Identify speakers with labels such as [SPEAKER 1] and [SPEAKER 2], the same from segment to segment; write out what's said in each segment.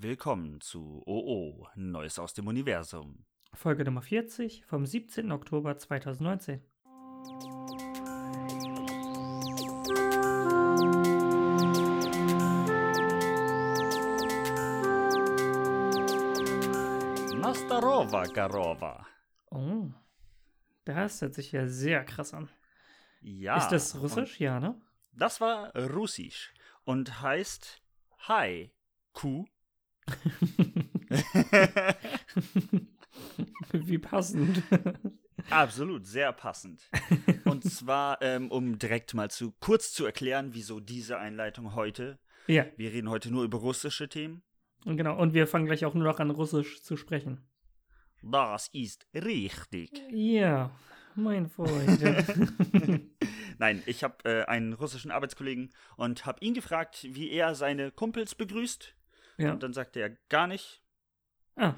[SPEAKER 1] Willkommen zu OO, Neues aus dem Universum.
[SPEAKER 2] Folge Nummer 40 vom 17. Oktober 2019.
[SPEAKER 1] Nastarova Garova.
[SPEAKER 2] Oh, das hört sich ja sehr krass an.
[SPEAKER 1] Ja.
[SPEAKER 2] Ist das Russisch? Ja, ne?
[SPEAKER 1] und Das war Russisch und heißt Hi, Kuh.
[SPEAKER 2] Wie passend.
[SPEAKER 1] Absolut, sehr passend. Und zwar, ähm, um direkt mal zu kurz zu erklären, wieso diese Einleitung heute.
[SPEAKER 2] ja,
[SPEAKER 1] Wir reden heute nur über russische Themen.
[SPEAKER 2] genau. Und wir fangen gleich auch nur noch an, Russisch zu sprechen.
[SPEAKER 1] Das ist richtig.
[SPEAKER 2] Ja, mein Freund.
[SPEAKER 1] Nein, ich habe äh, einen russischen Arbeitskollegen und habe ihn gefragt, wie er seine Kumpels begrüßt.
[SPEAKER 2] ja.
[SPEAKER 1] Und dann sagte er gar nicht.
[SPEAKER 2] Ah,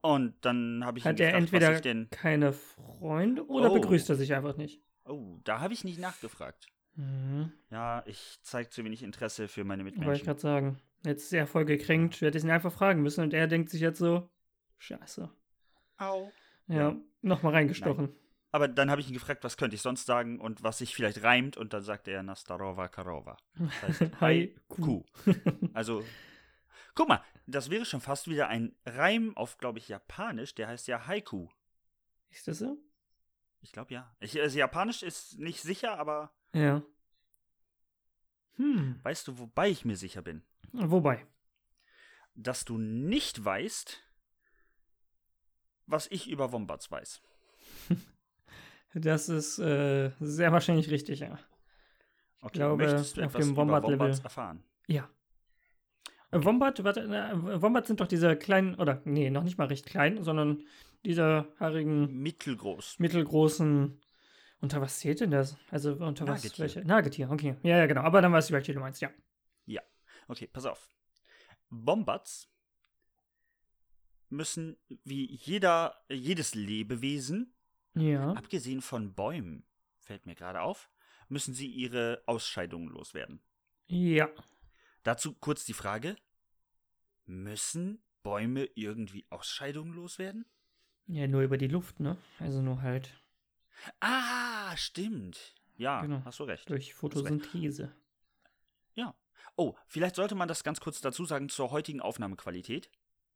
[SPEAKER 1] Und dann habe ich
[SPEAKER 2] hat
[SPEAKER 1] ihn
[SPEAKER 2] er
[SPEAKER 1] gefragt, was
[SPEAKER 2] entweder
[SPEAKER 1] ich denn.
[SPEAKER 2] keine Freunde oder
[SPEAKER 1] Oh.
[SPEAKER 2] begrüßt er sich einfach nicht?
[SPEAKER 1] Oh, da habe ich nicht nachgefragt.
[SPEAKER 2] Mhm.
[SPEAKER 1] Ja, ich zeige zu wenig Interesse für meine
[SPEAKER 2] Wollte ich
[SPEAKER 1] Mitmenschen.
[SPEAKER 2] gerade sagen. Jetzt ist er voll gekränkt. Wir hätten ihn einfach fragen müssen und er denkt sich jetzt so: Scheiße.
[SPEAKER 1] Au.
[SPEAKER 2] Ja,
[SPEAKER 1] Ja.
[SPEAKER 2] nochmal reingestochen.
[SPEAKER 1] Aber dann habe ich ihn gefragt, was könnte ich sonst sagen und was sich vielleicht reimt. Und dann sagte er Nastarova Karova. Das heißt,
[SPEAKER 2] Hi, Kuh.
[SPEAKER 1] Kuh. Also, guck mal, das wäre schon fast wieder ein Reim auf, glaube ich, Japanisch. Der heißt ja Haiku.
[SPEAKER 2] Ist das so?
[SPEAKER 1] Ich glaube ja. Ich, also Japanisch ist nicht sicher, aber
[SPEAKER 2] Ja. Hm.
[SPEAKER 1] weißt du, wobei ich mir sicher bin?
[SPEAKER 2] Wobei.
[SPEAKER 1] Dass du nicht weißt, was ich über Wombats weiß.
[SPEAKER 2] Das ist äh, sehr wahrscheinlich richtig, ja.
[SPEAKER 1] Okay,
[SPEAKER 2] glaube,
[SPEAKER 1] möchtest du
[SPEAKER 2] auf
[SPEAKER 1] etwas
[SPEAKER 2] dem
[SPEAKER 1] über
[SPEAKER 2] Wombat-Level-
[SPEAKER 1] Wombats erfahren?
[SPEAKER 2] Ja. Äh, Wombat, warte, äh, Wombat sind doch diese kleinen, oder nee, noch nicht mal recht klein, sondern diese haarigen,
[SPEAKER 1] Mittelgroß.
[SPEAKER 2] mittelgroßen. Unter was zählt denn das? Also unter was?
[SPEAKER 1] Nagetier.
[SPEAKER 2] Welche? Nagetier, okay. Ja, ja, genau. Aber dann weiß ich, welche du meinst, ja.
[SPEAKER 1] Okay, pass auf. Wombats müssen wie jeder, jedes Lebewesen
[SPEAKER 2] Ja.
[SPEAKER 1] Abgesehen von Bäumen, fällt mir gerade auf, müssen sie ihre Ausscheidungen loswerden.
[SPEAKER 2] Ja.
[SPEAKER 1] Dazu kurz die Frage: Müssen Bäume irgendwie Ausscheidungen loswerden?
[SPEAKER 2] Ja, nur über die Luft, ne? Also nur halt
[SPEAKER 1] Ah, stimmt. Ja,
[SPEAKER 2] Genau.
[SPEAKER 1] hast du recht.
[SPEAKER 2] durch Photosynthese.
[SPEAKER 1] Oh, vielleicht sollte man das ganz kurz dazu sagen zur heutigen Aufnahmequalität.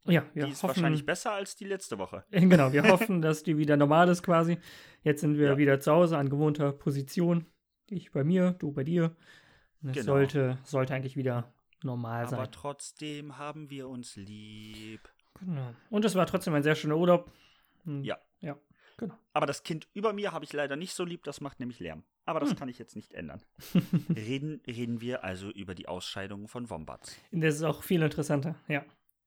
[SPEAKER 2] Ja, wir
[SPEAKER 1] die ist
[SPEAKER 2] hoffen,
[SPEAKER 1] wahrscheinlich besser als die letzte Woche.
[SPEAKER 2] Genau, wir hoffen, dass die wieder normal ist quasi. Jetzt sind wir
[SPEAKER 1] Ja.
[SPEAKER 2] wieder zu Hause an gewohnter Position. Ich bei mir, du bei dir. Und Es
[SPEAKER 1] Genau.
[SPEAKER 2] sollte, sollte eigentlich wieder normal
[SPEAKER 1] Aber
[SPEAKER 2] sein.
[SPEAKER 1] trotzdem haben wir uns lieb.
[SPEAKER 2] Genau. Und es war trotzdem ein sehr schöner Urlaub. Hm,
[SPEAKER 1] Ja.
[SPEAKER 2] Ja, genau.
[SPEAKER 1] Aber das Kind über mir habe ich leider nicht so lieb, das macht nämlich Lärm. Aber
[SPEAKER 2] Hm.
[SPEAKER 1] das kann ich jetzt nicht ändern. reden, reden wir also über die Ausscheidungen von Wombats.
[SPEAKER 2] Das ist auch viel interessanter, ja.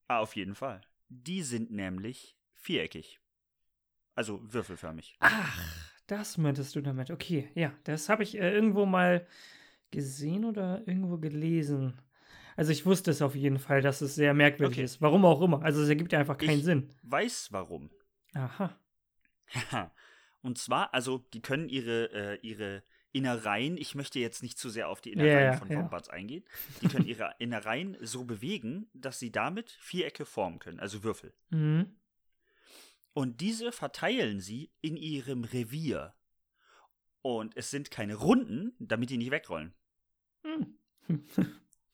[SPEAKER 1] Ah, auf jeden Fall. Die sind nämlich viereckig. Also würfelförmig.
[SPEAKER 2] Ach, das meintest du damit. Okay, ja, das habe ich äh, irgendwo mal gesehen oder irgendwo gelesen. Also ich wusste es auf jeden Fall, dass es sehr merkwürdig
[SPEAKER 1] Okay.
[SPEAKER 2] ist. Warum auch immer. Also es ergibt ja einfach keinen
[SPEAKER 1] Ich-
[SPEAKER 2] Sinn.
[SPEAKER 1] Weiß warum.
[SPEAKER 2] Aha.
[SPEAKER 1] Und zwar, also, die können ihre, äh, ihre Innereien, ich möchte jetzt nicht zu sehr auf die
[SPEAKER 2] Ja,
[SPEAKER 1] Innereien
[SPEAKER 2] ja,
[SPEAKER 1] von
[SPEAKER 2] ja.
[SPEAKER 1] Wombats eingehen, die können ihre Innereien so bewegen, dass sie damit Vierecke formen können, also Würfel.
[SPEAKER 2] Mhm.
[SPEAKER 1] Und diese verteilen sie in ihrem Revier. Und es sind keine Runden, damit die nicht wegrollen.
[SPEAKER 2] Hm.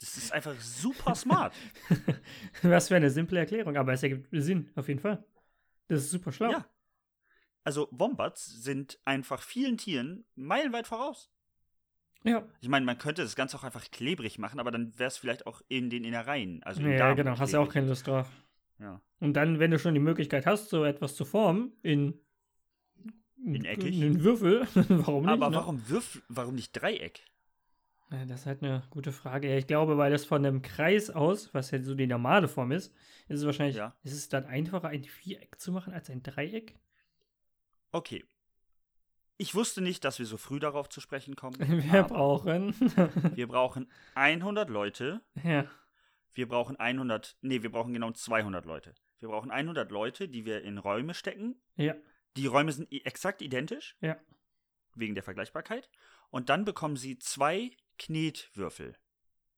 [SPEAKER 1] Das ist einfach super smart.
[SPEAKER 2] Was für eine simple Erklärung, aber es ergibt Sinn, auf jeden Fall. Das ist super schlau.
[SPEAKER 1] ja. Also Wombats sind einfach vielen Tieren meilenweit voraus.
[SPEAKER 2] ja.
[SPEAKER 1] Ich meine, man könnte das Ganze auch einfach klebrig machen, aber dann wäre es vielleicht auch in den Innereien. Also im
[SPEAKER 2] ja,
[SPEAKER 1] Darm
[SPEAKER 2] genau, hast ja auch
[SPEAKER 1] klebrig.
[SPEAKER 2] keine Lust drauf.
[SPEAKER 1] Ja.
[SPEAKER 2] Und dann, wenn du schon die Möglichkeit hast, so etwas zu formen in,
[SPEAKER 1] In eckig?
[SPEAKER 2] einen Würfel, warum nicht?
[SPEAKER 1] Aber
[SPEAKER 2] ne?
[SPEAKER 1] warum Würfel, warum nicht Dreieck?
[SPEAKER 2] Ja, das ist halt eine gute Frage. Ja, ich glaube, weil das von einem Kreis aus, was halt so die normale Form ist, ist es wahrscheinlich,
[SPEAKER 1] Ja.
[SPEAKER 2] ist es dann einfacher, ein Viereck zu machen als ein Dreieck?
[SPEAKER 1] Okay. Ich wusste nicht, dass wir so früh darauf zu sprechen kommen.
[SPEAKER 2] Wir
[SPEAKER 1] aber
[SPEAKER 2] brauchen.
[SPEAKER 1] wir brauchen 100 Leute,
[SPEAKER 2] ja.
[SPEAKER 1] wir brauchen 100, nee, wir brauchen genau 200 Leute. Wir brauchen 100 Leute, die wir in Räume stecken.
[SPEAKER 2] Ja.
[SPEAKER 1] Die Räume sind i- exakt identisch.
[SPEAKER 2] Ja.
[SPEAKER 1] Wegen der Vergleichbarkeit. Und dann bekommen sie zwei Knetwürfel.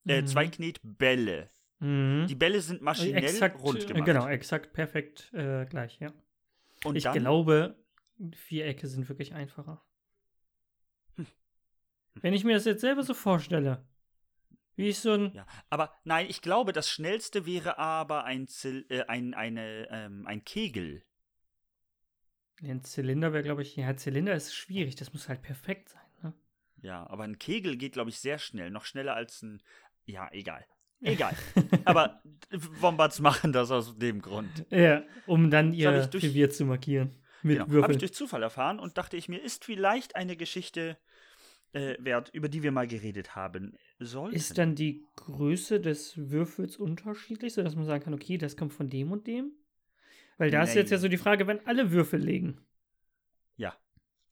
[SPEAKER 1] Äh, zwei
[SPEAKER 2] Mhm.
[SPEAKER 1] Knetbälle.
[SPEAKER 2] Mhm.
[SPEAKER 1] Die Bälle sind maschinell
[SPEAKER 2] exakt,
[SPEAKER 1] rund
[SPEAKER 2] äh,
[SPEAKER 1] gemacht.
[SPEAKER 2] Genau, exakt perfekt äh, gleich, ja.
[SPEAKER 1] Und
[SPEAKER 2] ich
[SPEAKER 1] dann,
[SPEAKER 2] glaube, Vierecke sind wirklich einfacher.
[SPEAKER 1] Hm.
[SPEAKER 2] Wenn ich mir das jetzt selber so vorstelle, wie ich so ein.
[SPEAKER 1] Ja, aber nein, ich glaube, das schnellste wäre aber ein, Zil äh, ein, eine, ähm, ein Kegel.
[SPEAKER 2] Ein Zylinder wäre, glaube ich. Ja, Zylinder ist schwierig, das muss halt perfekt sein. Ne?
[SPEAKER 1] Ja, aber ein Kegel geht, glaube ich, sehr schnell. Noch schneller als ein. Ja, egal. Egal. aber Wombats machen das aus dem Grund.
[SPEAKER 2] Ja, um dann
[SPEAKER 1] hab
[SPEAKER 2] ihr
[SPEAKER 1] ich durch-
[SPEAKER 2] Revier zu markieren. Mit
[SPEAKER 1] Genau. Habe ich
[SPEAKER 2] Würfeln.
[SPEAKER 1] durch Zufall erfahren und dachte ich mir, ist vielleicht eine Geschichte äh, wert, über die wir mal geredet haben sollten.
[SPEAKER 2] Ist dann die Größe des Würfels unterschiedlich, sodass man sagen kann, okay, das kommt von dem und dem? Weil da ist jetzt ja
[SPEAKER 1] Nein.
[SPEAKER 2] so die Frage, wenn alle Würfel legen.
[SPEAKER 1] Ja.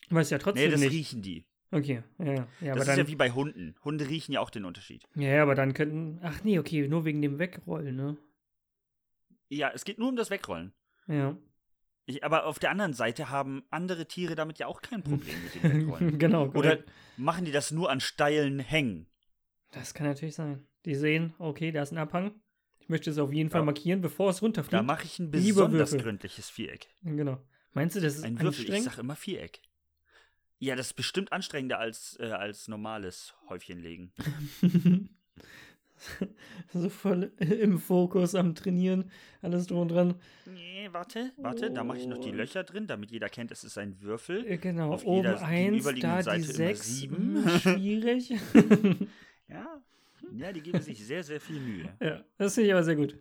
[SPEAKER 2] Weiß ja trotzdem
[SPEAKER 1] nee, das
[SPEAKER 2] nicht.
[SPEAKER 1] riechen die.
[SPEAKER 2] Okay, ja, ja. ja aber
[SPEAKER 1] das
[SPEAKER 2] dann,
[SPEAKER 1] ist ja wie bei Hunden. Hunde riechen ja auch den Unterschied.
[SPEAKER 2] ja, ja, aber dann könnten. Ach nee, okay, nur wegen dem Wegrollen, ne?
[SPEAKER 1] Ja, es geht nur um das Wegrollen.
[SPEAKER 2] Ja.
[SPEAKER 1] Ich, aber auf der anderen Seite haben andere Tiere damit ja auch kein Problem mit dem Wegrollen.
[SPEAKER 2] genau,
[SPEAKER 1] Oder
[SPEAKER 2] korrekt.
[SPEAKER 1] machen die das nur an steilen Hängen?
[SPEAKER 2] Das kann natürlich sein. Die sehen, okay, da ist ein Abhang. Ich möchte es auf jeden
[SPEAKER 1] Ja.
[SPEAKER 2] Fall markieren, bevor es
[SPEAKER 1] Da
[SPEAKER 2] runterfliegt.
[SPEAKER 1] mache ich ein
[SPEAKER 2] Hm? Lieber
[SPEAKER 1] besonders
[SPEAKER 2] Würfel.
[SPEAKER 1] gründliches Viereck.
[SPEAKER 2] genau. Meinst du, das ist
[SPEAKER 1] Ein Würfel, ich
[SPEAKER 2] anstrengend?
[SPEAKER 1] sag immer Viereck. Ja, das ist bestimmt anstrengender als, äh, als normales Häufchen legen.
[SPEAKER 2] so voll im Fokus am Trainieren, alles drum und dran.
[SPEAKER 1] Nee, warte, warte, da mache ich noch die
[SPEAKER 2] Oh.
[SPEAKER 1] Löcher drin, damit jeder kennt, es ist ein Würfel.
[SPEAKER 2] Äh, Genau,
[SPEAKER 1] Auf
[SPEAKER 2] oben
[SPEAKER 1] jeder
[SPEAKER 2] eins,
[SPEAKER 1] gegenüberliegenden
[SPEAKER 2] da
[SPEAKER 1] Seite
[SPEAKER 2] die
[SPEAKER 1] immer
[SPEAKER 2] sechs.
[SPEAKER 1] sieben.
[SPEAKER 2] hm, Schwierig.
[SPEAKER 1] Ja, Hm? ja die geben sich sehr, sehr viel Mühe.
[SPEAKER 2] ja, das finde ich aber sehr gut.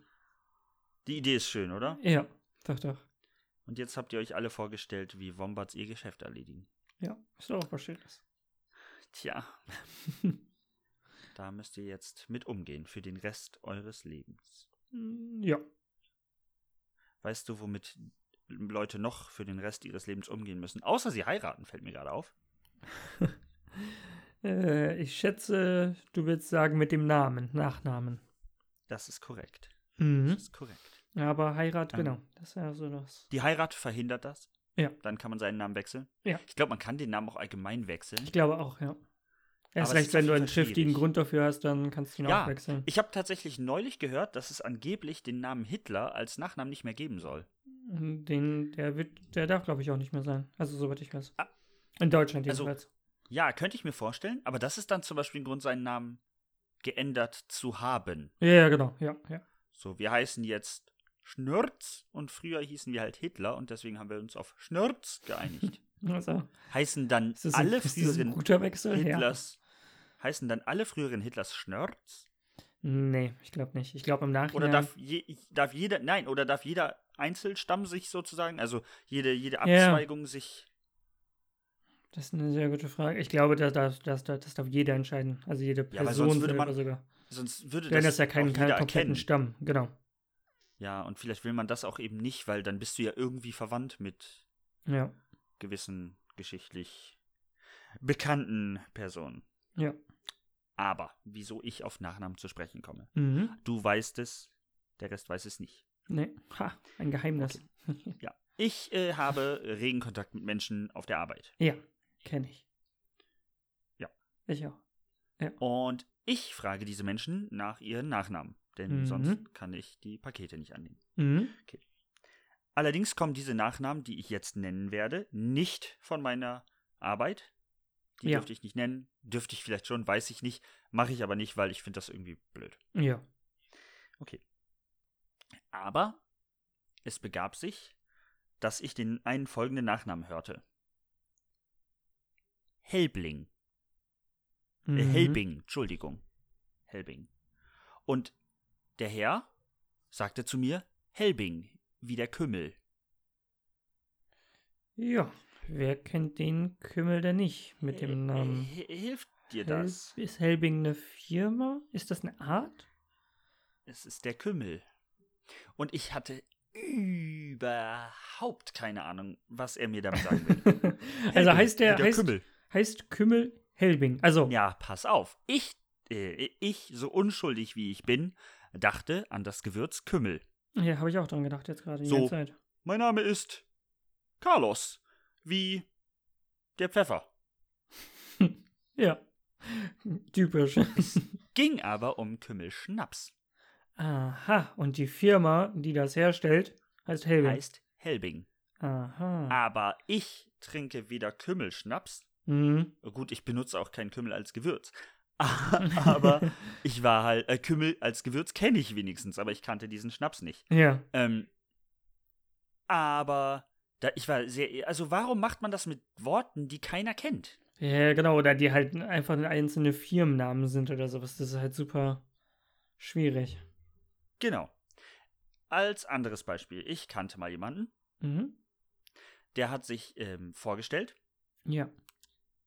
[SPEAKER 1] Die Idee ist schön, oder?
[SPEAKER 2] Ja, doch, doch.
[SPEAKER 1] Und jetzt habt ihr euch alle vorgestellt, wie Wombats ihr Geschäft erledigen.
[SPEAKER 2] Ja, ist doch auch was Schönes.
[SPEAKER 1] Tja, da müsst ihr jetzt mit umgehen für den Rest eures Lebens.
[SPEAKER 2] Mm, Ja.
[SPEAKER 1] Weißt du, womit Leute noch für den Rest ihres Lebens umgehen müssen? Außer sie heiraten, fällt mir gerade auf.
[SPEAKER 2] Äh, ich schätze, du willst sagen mit dem Namen, Nachnamen.
[SPEAKER 1] Das ist korrekt.
[SPEAKER 2] Mhm.
[SPEAKER 1] Das ist korrekt.
[SPEAKER 2] Aber Heirat,
[SPEAKER 1] Ähm.
[SPEAKER 2] genau. Das ist ja so das.
[SPEAKER 1] Die Heirat verhindert das.
[SPEAKER 2] Ja.
[SPEAKER 1] Dann kann man seinen Namen wechseln.
[SPEAKER 2] Ja.
[SPEAKER 1] Ich glaube, man kann den Namen auch allgemein wechseln.
[SPEAKER 2] Ich glaube auch, ja. Erst
[SPEAKER 1] es
[SPEAKER 2] recht,
[SPEAKER 1] ist auf
[SPEAKER 2] wenn du
[SPEAKER 1] jeden
[SPEAKER 2] einen
[SPEAKER 1] Fall
[SPEAKER 2] triftigen
[SPEAKER 1] schwierig.
[SPEAKER 2] Grund dafür hast, dann kannst du ihn
[SPEAKER 1] Ja.
[SPEAKER 2] auch wechseln.
[SPEAKER 1] Ich habe tatsächlich neulich gehört, dass es angeblich den Namen Hitler als Nachnamen nicht mehr geben soll.
[SPEAKER 2] Den, der wird, der darf, glaube ich, auch nicht mehr sein. Also, soweit ich weiß. In Deutschland
[SPEAKER 1] Ah. Also-
[SPEAKER 2] jedenfalls.
[SPEAKER 1] Ja, könnte ich mir vorstellen, aber das ist dann zum Beispiel ein Grund, seinen Namen geändert zu haben.
[SPEAKER 2] ja, ja, genau. Ja, ja.
[SPEAKER 1] So, wir heißen jetzt Schnürz und früher hießen wir halt Hitler und deswegen haben wir uns auf Schnürz geeinigt.
[SPEAKER 2] Also,
[SPEAKER 1] heißen dann
[SPEAKER 2] ist das ein,
[SPEAKER 1] alle
[SPEAKER 2] ist das ein
[SPEAKER 1] früheren
[SPEAKER 2] guter Wechsel? Ja.
[SPEAKER 1] Hitlers heißen dann alle früheren Hitlers Schnörz?
[SPEAKER 2] Nee, ich glaube nicht. Ich glaube, im
[SPEAKER 1] Oder
[SPEAKER 2] Nachhinein.
[SPEAKER 1] darf, je, darf jeder, nein, oder darf jeder Einzelstamm sich sozusagen, also jede, jede
[SPEAKER 2] Ja.
[SPEAKER 1] Abzweigung sich.
[SPEAKER 2] das ist eine sehr gute Frage. Ich glaube, das darf, das, das, das darf jeder entscheiden. Also, jede
[SPEAKER 1] Ja, weil
[SPEAKER 2] Person
[SPEAKER 1] sonst würde
[SPEAKER 2] selber
[SPEAKER 1] man-
[SPEAKER 2] sogar.
[SPEAKER 1] Sonst würde
[SPEAKER 2] Dann
[SPEAKER 1] das,
[SPEAKER 2] ist ja
[SPEAKER 1] auch
[SPEAKER 2] kein,
[SPEAKER 1] jeder
[SPEAKER 2] kein kompletten
[SPEAKER 1] erkennen.
[SPEAKER 2] Stamm. Genau.
[SPEAKER 1] Ja, und vielleicht will man das auch eben nicht, weil dann bist du ja irgendwie verwandt mit
[SPEAKER 2] Ja.
[SPEAKER 1] gewissen geschichtlich bekannten Personen.
[SPEAKER 2] Ja.
[SPEAKER 1] Aber wieso ich auf Nachnamen zu sprechen komme.
[SPEAKER 2] Mhm.
[SPEAKER 1] Du weißt es, der Rest weiß es nicht.
[SPEAKER 2] Nee. Ha, ein Geheimnis.
[SPEAKER 1] Ja. Ich äh, habe regen Kontakt mit Menschen auf der Arbeit.
[SPEAKER 2] Ja, kenne ich.
[SPEAKER 1] Ja.
[SPEAKER 2] Ich auch.
[SPEAKER 1] Und ich frage diese Menschen nach ihren Nachnamen, denn
[SPEAKER 2] Mhm.
[SPEAKER 1] sonst kann ich die Pakete nicht annehmen.
[SPEAKER 2] Mhm.
[SPEAKER 1] Allerdings kommen diese Nachnamen, die ich jetzt nennen werde, nicht von meiner Arbeit. Die
[SPEAKER 2] Ja.
[SPEAKER 1] dürfte ich nicht nennen. Dürfte ich vielleicht schon, weiß ich nicht. Mache ich aber nicht, weil ich finde das irgendwie blöd.
[SPEAKER 2] Ja.
[SPEAKER 1] Aber es begab sich, dass ich den einen folgenden Nachnamen hörte. Helbling. Äh,
[SPEAKER 2] Mhm.
[SPEAKER 1] Helbing, Entschuldigung. Helbing. Und der Herr sagte zu mir, Helbing, wie der Kümmel.
[SPEAKER 2] Ja. Wer kennt den Kümmel denn nicht mit dem
[SPEAKER 1] Äh, äh,
[SPEAKER 2] Namen?
[SPEAKER 1] hi- Hilft dir
[SPEAKER 2] Hel-
[SPEAKER 1] das?
[SPEAKER 2] Ist Helbing eine Firma? Ist das eine Art?
[SPEAKER 1] Es ist der Kümmel. Und ich hatte überhaupt keine Ahnung, was er mir damit sagen will.
[SPEAKER 2] also
[SPEAKER 1] Helbing,
[SPEAKER 2] heißt der,
[SPEAKER 1] wie der
[SPEAKER 2] heißt,
[SPEAKER 1] Kümmel.
[SPEAKER 2] heißt Kümmel Helbing. Also,
[SPEAKER 1] Ja, pass auf. Ich, äh, ich, so unschuldig wie ich bin, dachte an das Gewürz Kümmel.
[SPEAKER 2] ja, habe ich auch dran gedacht jetzt gerade die
[SPEAKER 1] So.
[SPEAKER 2] ganze Zeit.
[SPEAKER 1] Mein Name ist Carlos, wie der Pfeffer.
[SPEAKER 2] Ja. Typisch.
[SPEAKER 1] Ging aber um Kümmel Schnaps.
[SPEAKER 2] Aha, und die Firma, die das herstellt, heißt Helbing.
[SPEAKER 1] Heißt Ah. Helbing.
[SPEAKER 2] Aha.
[SPEAKER 1] Aber ich trinke weder Kümmelschnaps,
[SPEAKER 2] Mhm.
[SPEAKER 1] gut, ich benutze auch keinen Kümmel als Gewürz. aber ich war halt, äh, Kümmel als Gewürz kenne ich wenigstens, aber ich kannte diesen Schnaps nicht.
[SPEAKER 2] Ja.
[SPEAKER 1] Ähm, aber da, ich war sehr, also warum macht man das mit Worten, die keiner kennt?
[SPEAKER 2] Ja, genau, oder die halt einfach einzelne Firmennamen sind oder sowas. Das ist halt super schwierig.
[SPEAKER 1] Genau. Als anderes Beispiel, ich kannte mal jemanden,
[SPEAKER 2] Mhm.
[SPEAKER 1] der hat sich ähm, vorgestellt
[SPEAKER 2] Ja.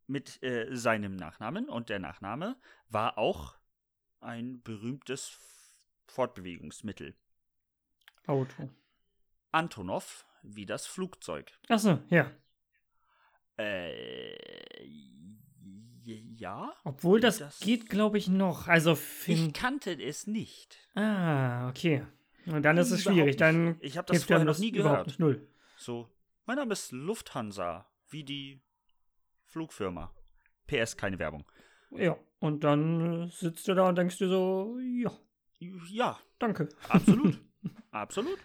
[SPEAKER 1] mit äh, seinem Nachnamen und der Nachname war auch ein berühmtes F- Fortbewegungsmittel.
[SPEAKER 2] Auto.
[SPEAKER 1] Antonov wie das Flugzeug.
[SPEAKER 2] Achso, ja.
[SPEAKER 1] Äh, j- ja?
[SPEAKER 2] Obwohl das,
[SPEAKER 1] Das-
[SPEAKER 2] geht, glaube ich, noch. Also
[SPEAKER 1] Ich
[SPEAKER 2] Finn.
[SPEAKER 1] kannte es nicht.
[SPEAKER 2] Ah, okay. Und dann ist es
[SPEAKER 1] Überhaupt
[SPEAKER 2] schwierig.
[SPEAKER 1] nicht.
[SPEAKER 2] Dann
[SPEAKER 1] Ich habe das
[SPEAKER 2] hilft einem
[SPEAKER 1] vorher noch nie
[SPEAKER 2] überhaupt
[SPEAKER 1] gehört.
[SPEAKER 2] nicht. Null.
[SPEAKER 1] So, mein Name ist Lufthansa, wie die Flugfirma. PS, keine Werbung.
[SPEAKER 2] Ja. Und dann äh, sitzt du da und denkst dir so, ja,
[SPEAKER 1] Ja,
[SPEAKER 2] danke.
[SPEAKER 1] absolut. absolut.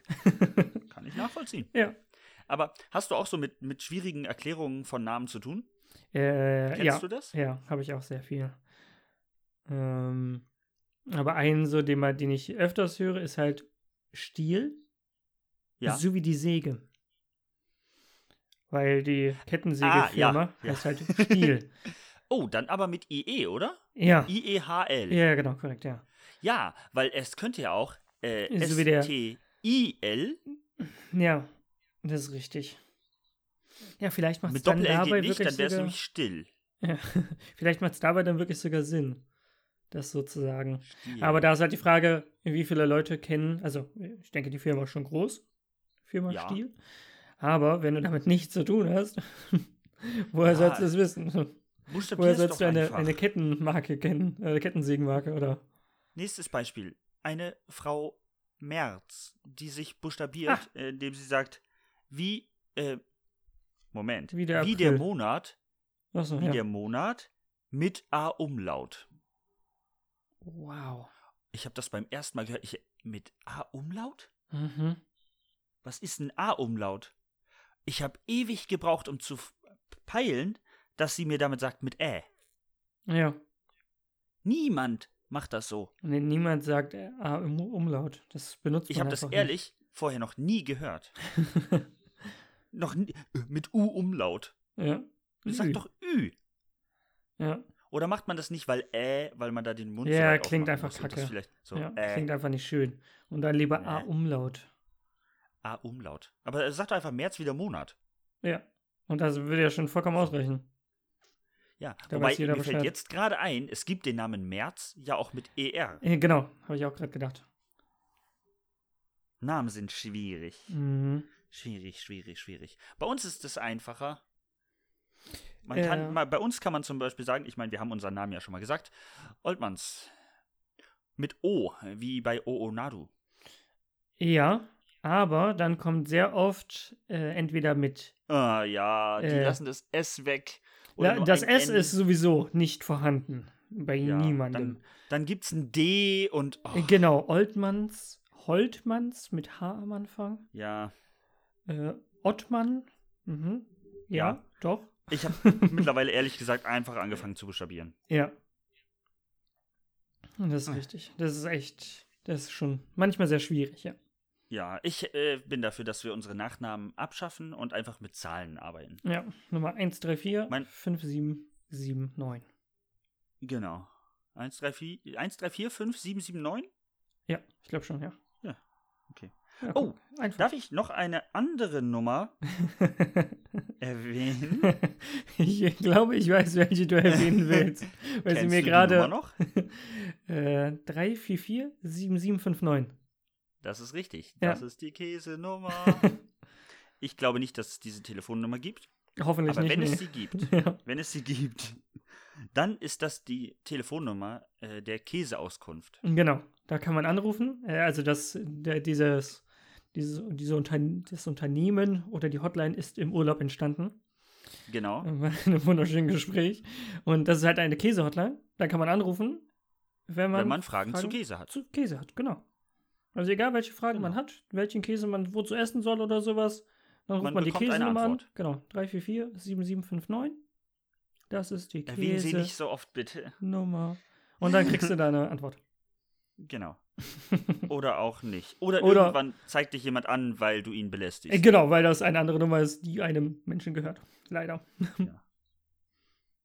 [SPEAKER 1] Kann ich nachvollziehen.
[SPEAKER 2] Ja.
[SPEAKER 1] Aber hast du auch so mit, mit schwierigen Erklärungen von Namen zu tun?
[SPEAKER 2] Äh,
[SPEAKER 1] Kennst
[SPEAKER 2] ja.
[SPEAKER 1] du das?
[SPEAKER 2] Ja, habe ich auch sehr viel. Ähm, aber einen, so den, man, den ich öfters höre, ist halt Stiel.
[SPEAKER 1] Ja.
[SPEAKER 2] So wie die Säge. Weil die Kettensägefirma
[SPEAKER 1] Ah, ja, ja.
[SPEAKER 2] heißt halt Stiel.
[SPEAKER 1] Oh, dann aber mit IE, oder?
[SPEAKER 2] ja.
[SPEAKER 1] IEHL.
[SPEAKER 2] Ja, genau, korrekt, ja.
[SPEAKER 1] Ja, weil es könnte ja auch äh,
[SPEAKER 2] So wie der-
[SPEAKER 1] S-T-I-L
[SPEAKER 2] Ja, das ist richtig. Ja, vielleicht macht es
[SPEAKER 1] mit
[SPEAKER 2] dann
[SPEAKER 1] Doppel-L
[SPEAKER 2] dabei
[SPEAKER 1] geht nicht,
[SPEAKER 2] wirklich
[SPEAKER 1] dann wäre es
[SPEAKER 2] sogar,
[SPEAKER 1] nämlich still.
[SPEAKER 2] ja, Vielleicht macht es dabei dann wirklich sogar Sinn, das sozusagen.
[SPEAKER 1] Stiel.
[SPEAKER 2] Aber da ist halt die Frage, wie viele Leute kennen, also ich denke, die Firma ist schon groß, Firma
[SPEAKER 1] Ja.
[SPEAKER 2] Stiel. Aber wenn du damit nichts zu tun hast, woher
[SPEAKER 1] Ja,
[SPEAKER 2] sollst du es wissen? Woher
[SPEAKER 1] Buchstabier's
[SPEAKER 2] sollst
[SPEAKER 1] doch
[SPEAKER 2] du eine,
[SPEAKER 1] einfach.
[SPEAKER 2] eine Kettenmarke kennen, äh, Kettensägenmarke oder?
[SPEAKER 1] Nächstes Beispiel. Eine Frau Merz, die sich buchstabiert,
[SPEAKER 2] Ah.
[SPEAKER 1] äh, indem sie sagt, wie, äh, Moment,
[SPEAKER 2] Wie der April.
[SPEAKER 1] Monat,
[SPEAKER 2] Achso,
[SPEAKER 1] wie
[SPEAKER 2] ja.
[SPEAKER 1] der Monat mit A-Umlaut.
[SPEAKER 2] Wow.
[SPEAKER 1] Ich habe das beim ersten Mal gehört. Ich, mit A-Umlaut?
[SPEAKER 2] Mhm.
[SPEAKER 1] Was ist ein A-Umlaut? Ich habe ewig gebraucht, um zu f- peilen, dass sie mir damit sagt, mit Ä.
[SPEAKER 2] Ja.
[SPEAKER 1] Niemand macht das so.
[SPEAKER 2] Nee, niemand sagt äh, ah, im Umlaut. Das benutzt
[SPEAKER 1] Ich
[SPEAKER 2] man
[SPEAKER 1] habe das
[SPEAKER 2] einfach
[SPEAKER 1] ehrlich vorher noch nie gehört.
[SPEAKER 2] Nicht.
[SPEAKER 1] Noch nie, mit U-Umlaut.
[SPEAKER 2] ja. Ü.
[SPEAKER 1] Sag doch Ü.
[SPEAKER 2] Ja,
[SPEAKER 1] Oder macht man das nicht, weil äh, weil man da den Mund so
[SPEAKER 2] Ja,
[SPEAKER 1] weit
[SPEAKER 2] klingt
[SPEAKER 1] aufmachen
[SPEAKER 2] einfach
[SPEAKER 1] muss und das
[SPEAKER 2] kacke.
[SPEAKER 1] Vielleicht so
[SPEAKER 2] ja.
[SPEAKER 1] äh,
[SPEAKER 2] klingt einfach nicht schön. Und dann lieber
[SPEAKER 1] Nee.
[SPEAKER 2] A-Umlaut.
[SPEAKER 1] A-Umlaut. Ah, Aber äh, sag doch einfach März wieder Monat.
[SPEAKER 2] Ja. Und das würde ja schon vollkommen ausreichen.
[SPEAKER 1] Ja,
[SPEAKER 2] Da
[SPEAKER 1] wobei
[SPEAKER 2] weiß jeder
[SPEAKER 1] mir fällt
[SPEAKER 2] Bescheid.
[SPEAKER 1] jetzt gerade ein, es gibt den Namen März ja auch mit E ER.
[SPEAKER 2] Äh, genau, habe ich auch gerade gedacht.
[SPEAKER 1] Namen sind schwierig.
[SPEAKER 2] Mhm.
[SPEAKER 1] Schwierig, schwierig, schwierig. Bei uns ist es einfacher. Man
[SPEAKER 2] Ja.
[SPEAKER 1] kann, mal, bei uns kann man zum Beispiel sagen, ich meine, wir haben unseren Namen ja schon mal gesagt, Oltmanns. Mit O, wie bei Oonadu.
[SPEAKER 2] Ja, aber dann kommt sehr oft äh, entweder mit.
[SPEAKER 1] Ah ja, die
[SPEAKER 2] Äh.
[SPEAKER 1] lassen das S weg.
[SPEAKER 2] Ja,
[SPEAKER 1] nur
[SPEAKER 2] das
[SPEAKER 1] ein
[SPEAKER 2] S
[SPEAKER 1] N.
[SPEAKER 2] ist sowieso nicht vorhanden. Bei
[SPEAKER 1] Ja,
[SPEAKER 2] niemandem.
[SPEAKER 1] Dann, dann gibt's ein D und.
[SPEAKER 2] Äh,
[SPEAKER 1] Oh,
[SPEAKER 2] Genau, Oldmanns, Holtmanns mit H am Anfang.
[SPEAKER 1] ja.
[SPEAKER 2] Äh, Ottmann. Mhm. Ja,
[SPEAKER 1] Ja.
[SPEAKER 2] doch.
[SPEAKER 1] Ich habe mittlerweile ehrlich gesagt einfach angefangen zu buchstabieren.
[SPEAKER 2] Ja. Das ist
[SPEAKER 1] Ah.
[SPEAKER 2] richtig. Das ist echt, das ist schon manchmal sehr schwierig, ja.
[SPEAKER 1] Ja, ich äh, bin dafür, dass wir unsere Nachnamen abschaffen und einfach mit Zahlen arbeiten.
[SPEAKER 2] Ja, Nummer 1, 3, 4,
[SPEAKER 1] Mein-
[SPEAKER 2] 5, 7, 7, 9.
[SPEAKER 1] Genau. 1, 3, 4, 1, 3, 4 5, 7, 7, 9.
[SPEAKER 2] Ja, ich glaube schon, ja.
[SPEAKER 1] Ja, okay.
[SPEAKER 2] Ja,
[SPEAKER 1] Oh,
[SPEAKER 2] guck, einfach.
[SPEAKER 1] Darf ich noch eine andere Nummer erwähnen?
[SPEAKER 2] ich glaube, ich weiß, welche du erwähnen willst. Weil sie
[SPEAKER 1] Kennst
[SPEAKER 2] mir
[SPEAKER 1] du die Nummer
[SPEAKER 2] gerade.
[SPEAKER 1] noch?
[SPEAKER 2] Äh, 3, 4, 4, 7, 7, 5, 9.
[SPEAKER 1] Das ist richtig.
[SPEAKER 2] Ja.
[SPEAKER 1] Das ist die Käsenummer. ich glaube nicht, dass es diese Telefonnummer gibt.
[SPEAKER 2] Hoffentlich
[SPEAKER 1] Aber
[SPEAKER 2] nicht.
[SPEAKER 1] wenn
[SPEAKER 2] nee.
[SPEAKER 1] es sie gibt,
[SPEAKER 2] ja.
[SPEAKER 1] wenn es sie gibt, dann ist das die Telefonnummer äh, der Käseauskunft.
[SPEAKER 2] Genau, da kann man anrufen. Äh, Also das, der, dieses, dieses, diese Unterne das Unternehmen oder die Hotline ist im Urlaub entstanden.
[SPEAKER 1] Genau.
[SPEAKER 2] War Ein wunderschönes Gespräch. Und das ist halt eine Käse-Hotline. Da kann man anrufen, wenn man,
[SPEAKER 1] wenn man Fragen zu Käse hat.
[SPEAKER 2] zu Käse hat. Genau. Also egal, welche Fragen
[SPEAKER 1] Genau.
[SPEAKER 2] man hat, welchen Käse man wozu essen soll oder sowas, dann ruft
[SPEAKER 1] Man
[SPEAKER 2] man, die
[SPEAKER 1] bekommt eine
[SPEAKER 2] Käsenummer an.
[SPEAKER 1] Antwort.
[SPEAKER 2] Genau, 344-7759. Das ist die
[SPEAKER 1] Erwähnen Sie nicht
[SPEAKER 2] Käsenummer.
[SPEAKER 1] so oft, bitte.
[SPEAKER 2] Und dann kriegst du deine Antwort.
[SPEAKER 1] Genau. Oder auch nicht. Oder,
[SPEAKER 2] Oder-
[SPEAKER 1] irgendwann zeigt dich jemand an, weil du ihn belästigst.
[SPEAKER 2] Äh, genau, weil das eine andere Nummer ist, die einem Menschen gehört. Leider.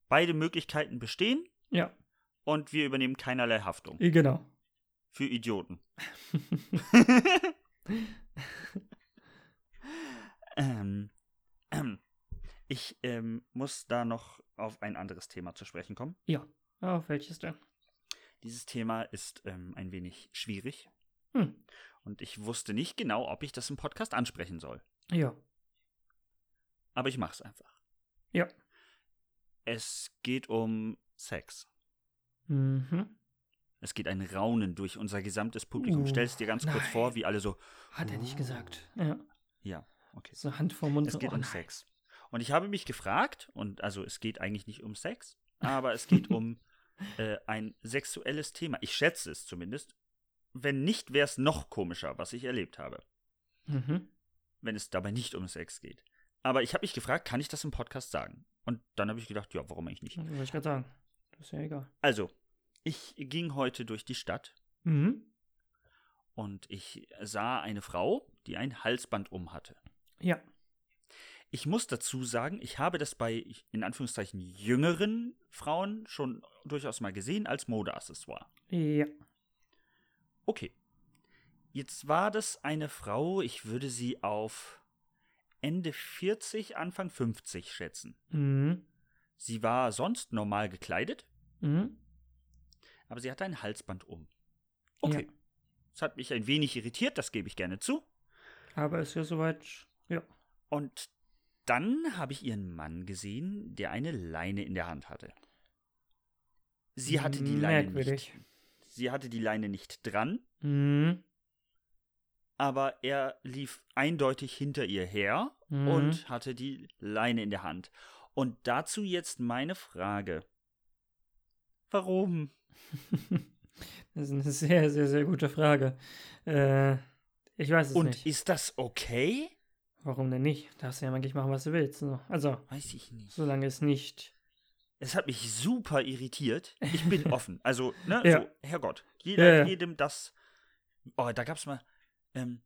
[SPEAKER 1] Beide Möglichkeiten bestehen
[SPEAKER 2] Ja,
[SPEAKER 1] und wir übernehmen keinerlei Haftung.
[SPEAKER 2] äh, genau.
[SPEAKER 1] Für Idioten. ähm, ähm, ich ähm, muss da noch auf ein anderes Thema zu sprechen kommen.
[SPEAKER 2] Auf welches denn?
[SPEAKER 1] Dieses Thema ist ähm, ein wenig schwierig
[SPEAKER 2] Hm.
[SPEAKER 1] und ich wusste nicht genau, ob ich das im Podcast ansprechen soll.
[SPEAKER 2] Ja.
[SPEAKER 1] Aber ich mach's einfach.
[SPEAKER 2] Ja.
[SPEAKER 1] Es geht um Sex.
[SPEAKER 2] Mhm.
[SPEAKER 1] Es geht ein Raunen durch unser gesamtes Publikum.
[SPEAKER 2] Uh,
[SPEAKER 1] Stellst dir ganz kurz
[SPEAKER 2] nein.
[SPEAKER 1] vor, wie alle so.
[SPEAKER 2] Hat er
[SPEAKER 1] Uh.
[SPEAKER 2] nicht gesagt. Ja.
[SPEAKER 1] Ja, okay.
[SPEAKER 2] So Hand vor Mund.
[SPEAKER 1] Es
[SPEAKER 2] so,
[SPEAKER 1] geht
[SPEAKER 2] oh
[SPEAKER 1] um
[SPEAKER 2] nein.
[SPEAKER 1] Sex. Und ich habe mich gefragt, und also es geht eigentlich nicht um Sex, aber es geht um äh, ein sexuelles Thema. Ich schätze es zumindest. Wenn nicht, wäre es noch komischer, was ich erlebt habe,
[SPEAKER 2] Mhm.
[SPEAKER 1] wenn es dabei nicht um Sex geht. Aber ich habe mich gefragt, kann ich das im Podcast sagen? Und dann habe ich gedacht, ja, warum eigentlich nicht?
[SPEAKER 2] Wollte ich gerade sagen. Das ist ja egal.
[SPEAKER 1] Also, ich ging heute durch die Stadt
[SPEAKER 2] Mhm.
[SPEAKER 1] und ich sah eine Frau, die ein Halsband um hatte.
[SPEAKER 2] Ja.
[SPEAKER 1] Ich muss dazu sagen, ich habe das bei in Anführungszeichen jüngeren Frauen schon durchaus mal gesehen als Modeaccessoire.
[SPEAKER 2] Ja.
[SPEAKER 1] Okay. Jetzt war das eine Frau, ich würde sie auf Ende 40, Anfang 50 schätzen.
[SPEAKER 2] Mhm.
[SPEAKER 1] Sie war sonst normal gekleidet,
[SPEAKER 2] Mhm.
[SPEAKER 1] aber sie hatte ein Halsband um. Okay. Das hat mich ein wenig irritiert, das gebe ich gerne zu.
[SPEAKER 2] Aber ist ja soweit. Ja.
[SPEAKER 1] Und dann habe ich ihren Mann gesehen, der eine Leine in der Hand hatte. Sie hatte die Leine nicht.
[SPEAKER 2] Merkwürdig.
[SPEAKER 1] Sie hatte die Leine nicht dran,
[SPEAKER 2] Mhm.
[SPEAKER 1] aber er lief eindeutig hinter ihr her
[SPEAKER 2] Mhm.
[SPEAKER 1] und hatte die Leine in der Hand. Und dazu jetzt meine Frage. Warum?
[SPEAKER 2] Das ist eine sehr, sehr, sehr gute Frage. Äh, ich weiß es
[SPEAKER 1] und
[SPEAKER 2] nicht.
[SPEAKER 1] ist das okay?
[SPEAKER 2] Warum denn nicht? Darfst du ja eigentlich machen, was du willst. So. Also,
[SPEAKER 1] Weiß ich nicht.
[SPEAKER 2] solange es nicht.
[SPEAKER 1] Es hat mich super irritiert. Ich bin offen. Also, ne,
[SPEAKER 2] Ja.
[SPEAKER 1] so, Herrgott. Jeder,
[SPEAKER 2] Ja, ja.
[SPEAKER 1] jedem das. Oh, da gab's mal, ähm,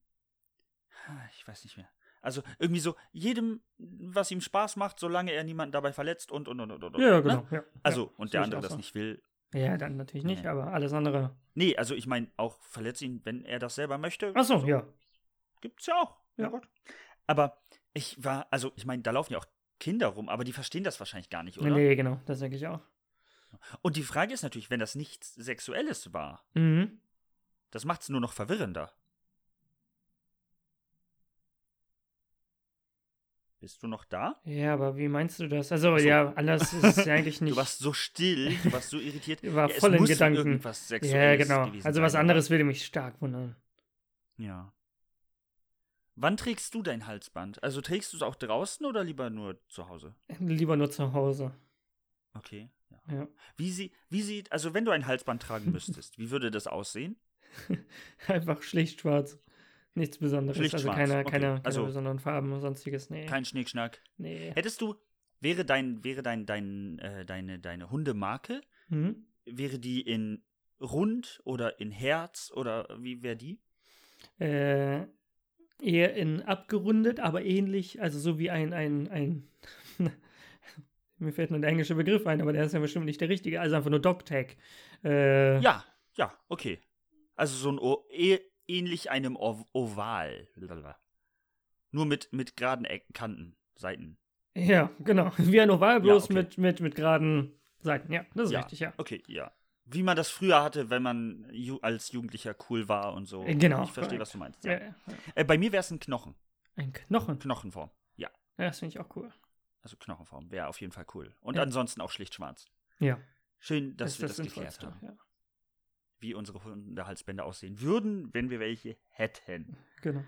[SPEAKER 1] ah, ich weiß nicht mehr. Also, irgendwie so, jedem, was ihm Spaß macht, solange er niemanden dabei verletzt und, und, und, und, und.
[SPEAKER 2] Ja,
[SPEAKER 1] ne?
[SPEAKER 2] genau. Ja.
[SPEAKER 1] Also, und
[SPEAKER 2] sehe
[SPEAKER 1] der
[SPEAKER 2] ich
[SPEAKER 1] andere
[SPEAKER 2] auch
[SPEAKER 1] das
[SPEAKER 2] so.
[SPEAKER 1] nicht will.
[SPEAKER 2] ja. ja, dann natürlich nicht,
[SPEAKER 1] Nee.
[SPEAKER 2] aber alles andere.
[SPEAKER 1] Nee, also ich meine, auch verletzt ihn, wenn er das selber möchte.
[SPEAKER 2] Achso, ja.
[SPEAKER 1] Gibt's ja auch.
[SPEAKER 2] Ja.
[SPEAKER 1] Herrgott. Aber ich war, also, ich meine, da laufen ja auch Kinder rum, aber die verstehen das wahrscheinlich gar nicht, oder?
[SPEAKER 2] Nee, genau, das denke ich auch.
[SPEAKER 1] Und die Frage ist natürlich, wenn das nichts Sexuelles war,
[SPEAKER 2] Mhm.
[SPEAKER 1] Das macht's nur noch verwirrender. Bist du noch da?
[SPEAKER 2] Ja, aber wie meinst du das? Also,
[SPEAKER 1] Ach so.
[SPEAKER 2] ja, anders ist es ja eigentlich nicht.
[SPEAKER 1] Du warst so still, du warst so irritiert.
[SPEAKER 2] war
[SPEAKER 1] Ja,
[SPEAKER 2] voll
[SPEAKER 1] es
[SPEAKER 2] in
[SPEAKER 1] muss
[SPEAKER 2] Gedanken.
[SPEAKER 1] irgendwas
[SPEAKER 2] Ja,
[SPEAKER 1] Sexuelles
[SPEAKER 2] genau.
[SPEAKER 1] gewesen
[SPEAKER 2] Also, was
[SPEAKER 1] sein.
[SPEAKER 2] anderes würde mich stark wundern.
[SPEAKER 1] Ja. Wann trägst du dein Halsband? Also trägst du es auch draußen oder lieber nur zu Hause?
[SPEAKER 2] Lieber nur zu Hause.
[SPEAKER 1] Okay. Ja.
[SPEAKER 2] Ja.
[SPEAKER 1] Wie, sie, wie sieht, also wenn du ein Halsband tragen müsstest, wie würde das aussehen?
[SPEAKER 2] Einfach schlicht schwarz. Nichts Besonderes.
[SPEAKER 1] Schlicht
[SPEAKER 2] also
[SPEAKER 1] schwarz,
[SPEAKER 2] keine,
[SPEAKER 1] okay.
[SPEAKER 2] keine, keine
[SPEAKER 1] Also-
[SPEAKER 2] besonderen Farben und sonstiges. Nee.
[SPEAKER 1] Kein Schnickschnack.
[SPEAKER 2] nee.
[SPEAKER 1] Hättest du, wäre dein, wäre dein, dein, äh, deine, deine Hundemarke,
[SPEAKER 2] Hm?
[SPEAKER 1] wäre die in rund oder in Herz oder wie wäre die?
[SPEAKER 2] Äh, eher in abgerundet, aber ähnlich, also so wie ein, ein, ein mir fällt nur der englische Begriff ein, aber der ist ja bestimmt nicht der richtige, also einfach nur Dogtag. Äh,
[SPEAKER 1] Ja, ja, okay. Also so ein o eh- ähnlich einem o Oval. Blablabla. Nur mit mit geraden Ecken, Kanten, Seiten.
[SPEAKER 2] Ja, genau. Wie ein Oval, bloß
[SPEAKER 1] okay.
[SPEAKER 2] mit, mit, mit geraden Seiten. Ja, das ist
[SPEAKER 1] Ja.
[SPEAKER 2] richtig, ja.
[SPEAKER 1] Okay, ja. Wie man das früher hatte, wenn man ju als Jugendlicher cool war und so.
[SPEAKER 2] Äh, genau,
[SPEAKER 1] Ich verstehe,
[SPEAKER 2] korrekt.
[SPEAKER 1] was du meinst. Ja.
[SPEAKER 2] ja. ja.
[SPEAKER 1] Äh, bei mir wäre es ein Knochen.
[SPEAKER 2] Ein Knochen.
[SPEAKER 1] Knochenform.
[SPEAKER 2] Ja, das finde ich auch cool.
[SPEAKER 1] Also Knochenform wäre auf jeden Fall cool. Und
[SPEAKER 2] Ja.
[SPEAKER 1] ansonsten auch schlicht schwarz.
[SPEAKER 2] Ja,
[SPEAKER 1] Schön, dass wir das, geklärt
[SPEAKER 2] Sinnvollste,
[SPEAKER 1] haben.
[SPEAKER 2] Ja.
[SPEAKER 1] Wie unsere Hundehalsbänder aussehen würden, wenn wir welche hätten.
[SPEAKER 2] Genau.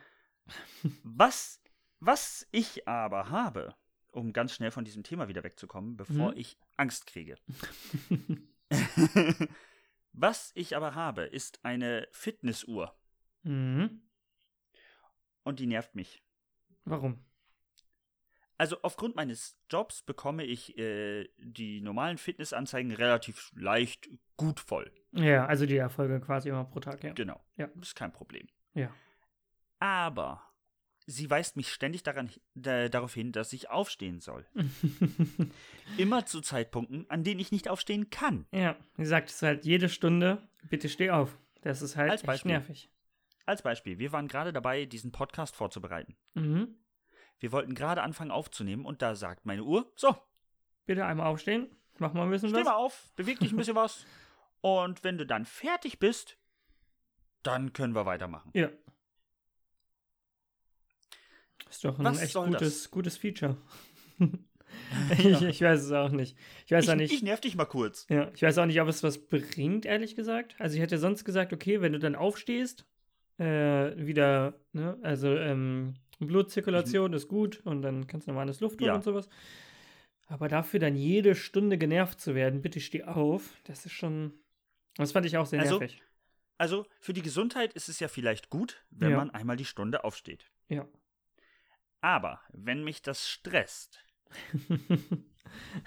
[SPEAKER 1] Was, was ich aber habe, um ganz schnell von diesem Thema wieder wegzukommen, bevor
[SPEAKER 2] Mhm.
[SPEAKER 1] ich Angst kriege.
[SPEAKER 2] genau.
[SPEAKER 1] was ich aber habe, ist eine Fitnessuhr.
[SPEAKER 2] Mhm.
[SPEAKER 1] und die nervt mich.
[SPEAKER 2] Warum?
[SPEAKER 1] Also aufgrund meines Jobs bekomme ich äh, die normalen Fitnessanzeigen relativ leicht gut voll.
[SPEAKER 2] Ja, also die Erfolge quasi immer pro Tag, ja.
[SPEAKER 1] Genau.
[SPEAKER 2] Ja.
[SPEAKER 1] Ist kein Problem.
[SPEAKER 2] Ja.
[SPEAKER 1] Aber sie weist mich ständig daran, da, darauf hin, dass ich aufstehen soll. Genau. Immer zu Zeitpunkten, an denen ich nicht aufstehen kann.
[SPEAKER 2] ja, wie gesagt, es ist halt jede Stunde, bitte steh auf. Das ist halt
[SPEAKER 1] Als
[SPEAKER 2] echt
[SPEAKER 1] Beispiel.
[SPEAKER 2] nervig.
[SPEAKER 1] Als Beispiel, wir waren gerade dabei, diesen Podcast vorzubereiten.
[SPEAKER 2] Mhm.
[SPEAKER 1] Wir wollten gerade anfangen aufzunehmen und da sagt meine Uhr, so,
[SPEAKER 2] Bitte einmal aufstehen, mach mal ein bisschen
[SPEAKER 1] steh
[SPEAKER 2] was.
[SPEAKER 1] mal auf, beweg dich ein bisschen was. Und wenn du dann fertig bist, dann können wir weitermachen.
[SPEAKER 2] Ja. Ist doch ein
[SPEAKER 1] Was
[SPEAKER 2] echt
[SPEAKER 1] soll das?
[SPEAKER 2] gutes, gutes Feature. ich, ich weiß es auch nicht. Ich weiß
[SPEAKER 1] Ich,
[SPEAKER 2] auch nicht.
[SPEAKER 1] ich nerv dich mal kurz.
[SPEAKER 2] Ja, ich weiß auch nicht, ob es was bringt, ehrlich gesagt. Also ich hätte sonst gesagt, okay, wenn du dann aufstehst, äh, wieder, ne, also ähm, Blutzirkulation ist gut und dann kannst du normales Luft holen
[SPEAKER 1] Mhm. Ja.
[SPEAKER 2] und sowas. Aber dafür dann jede Stunde genervt zu werden, bitte steh auf, das ist schon, das fand ich auch sehr
[SPEAKER 1] Also-
[SPEAKER 2] nervig.
[SPEAKER 1] Also für die Gesundheit ist es ja vielleicht gut, wenn
[SPEAKER 2] Ja.
[SPEAKER 1] man einmal die Stunde aufsteht.
[SPEAKER 2] Ja.
[SPEAKER 1] Aber wenn mich das stresst,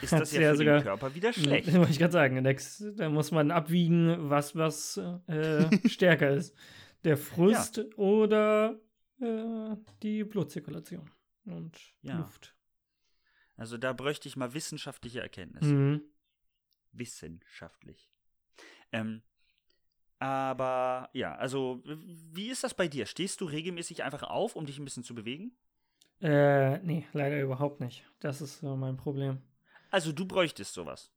[SPEAKER 1] ist
[SPEAKER 2] Hat's
[SPEAKER 1] das ja,
[SPEAKER 2] ja
[SPEAKER 1] für
[SPEAKER 2] sogar-
[SPEAKER 1] den Körper wieder schlecht.
[SPEAKER 2] Wollte ich gerade sagen, Alex, da muss man abwiegen, was, was äh, stärker ist. Der Frust oder äh, die Blutzirkulation und
[SPEAKER 1] Ja.
[SPEAKER 2] Luft.
[SPEAKER 1] Also da bräuchte ich mal wissenschaftliche Erkenntnisse.
[SPEAKER 2] Mhm.
[SPEAKER 1] Wissenschaftlich. Ähm, aber ja, also w- wie ist das bei dir? Stehst du regelmäßig einfach auf, um dich ein bisschen zu bewegen?
[SPEAKER 2] Äh, nee, leider überhaupt nicht. Das ist äh, mein Problem.
[SPEAKER 1] Also du bräuchtest sowas.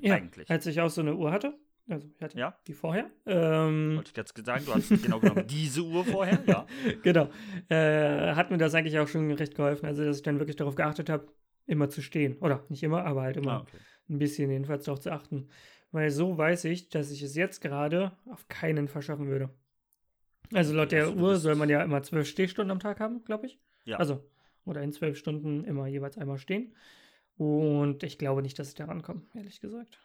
[SPEAKER 2] Ja,
[SPEAKER 1] Eigentlich.
[SPEAKER 2] Als ich auch so eine Uhr hatte, also ich hatte
[SPEAKER 1] Ja.
[SPEAKER 2] die vorher, ähm,
[SPEAKER 1] Wollte ich jetzt sagen, du hast genau genommen diese Uhr vorher, ja.
[SPEAKER 2] genau, äh, hat mir das eigentlich auch schon recht geholfen, also dass ich dann wirklich darauf geachtet habe, immer zu stehen. Oder nicht immer, aber halt immer
[SPEAKER 1] Ah, okay.
[SPEAKER 2] ein bisschen jedenfalls darauf zu achten. Weil so weiß ich, dass ich es jetzt gerade auf keinen verschaffen würde. Also laut
[SPEAKER 1] Okay,
[SPEAKER 2] der
[SPEAKER 1] also du
[SPEAKER 2] Uhr
[SPEAKER 1] bist-
[SPEAKER 2] soll man ja immer zwölf Stehstunden am Tag haben, glaube ich.
[SPEAKER 1] Ja.
[SPEAKER 2] Also, oder in zwölf Stunden immer jeweils einmal stehen. Und ich glaube nicht, dass ich da rankomme, ehrlich gesagt.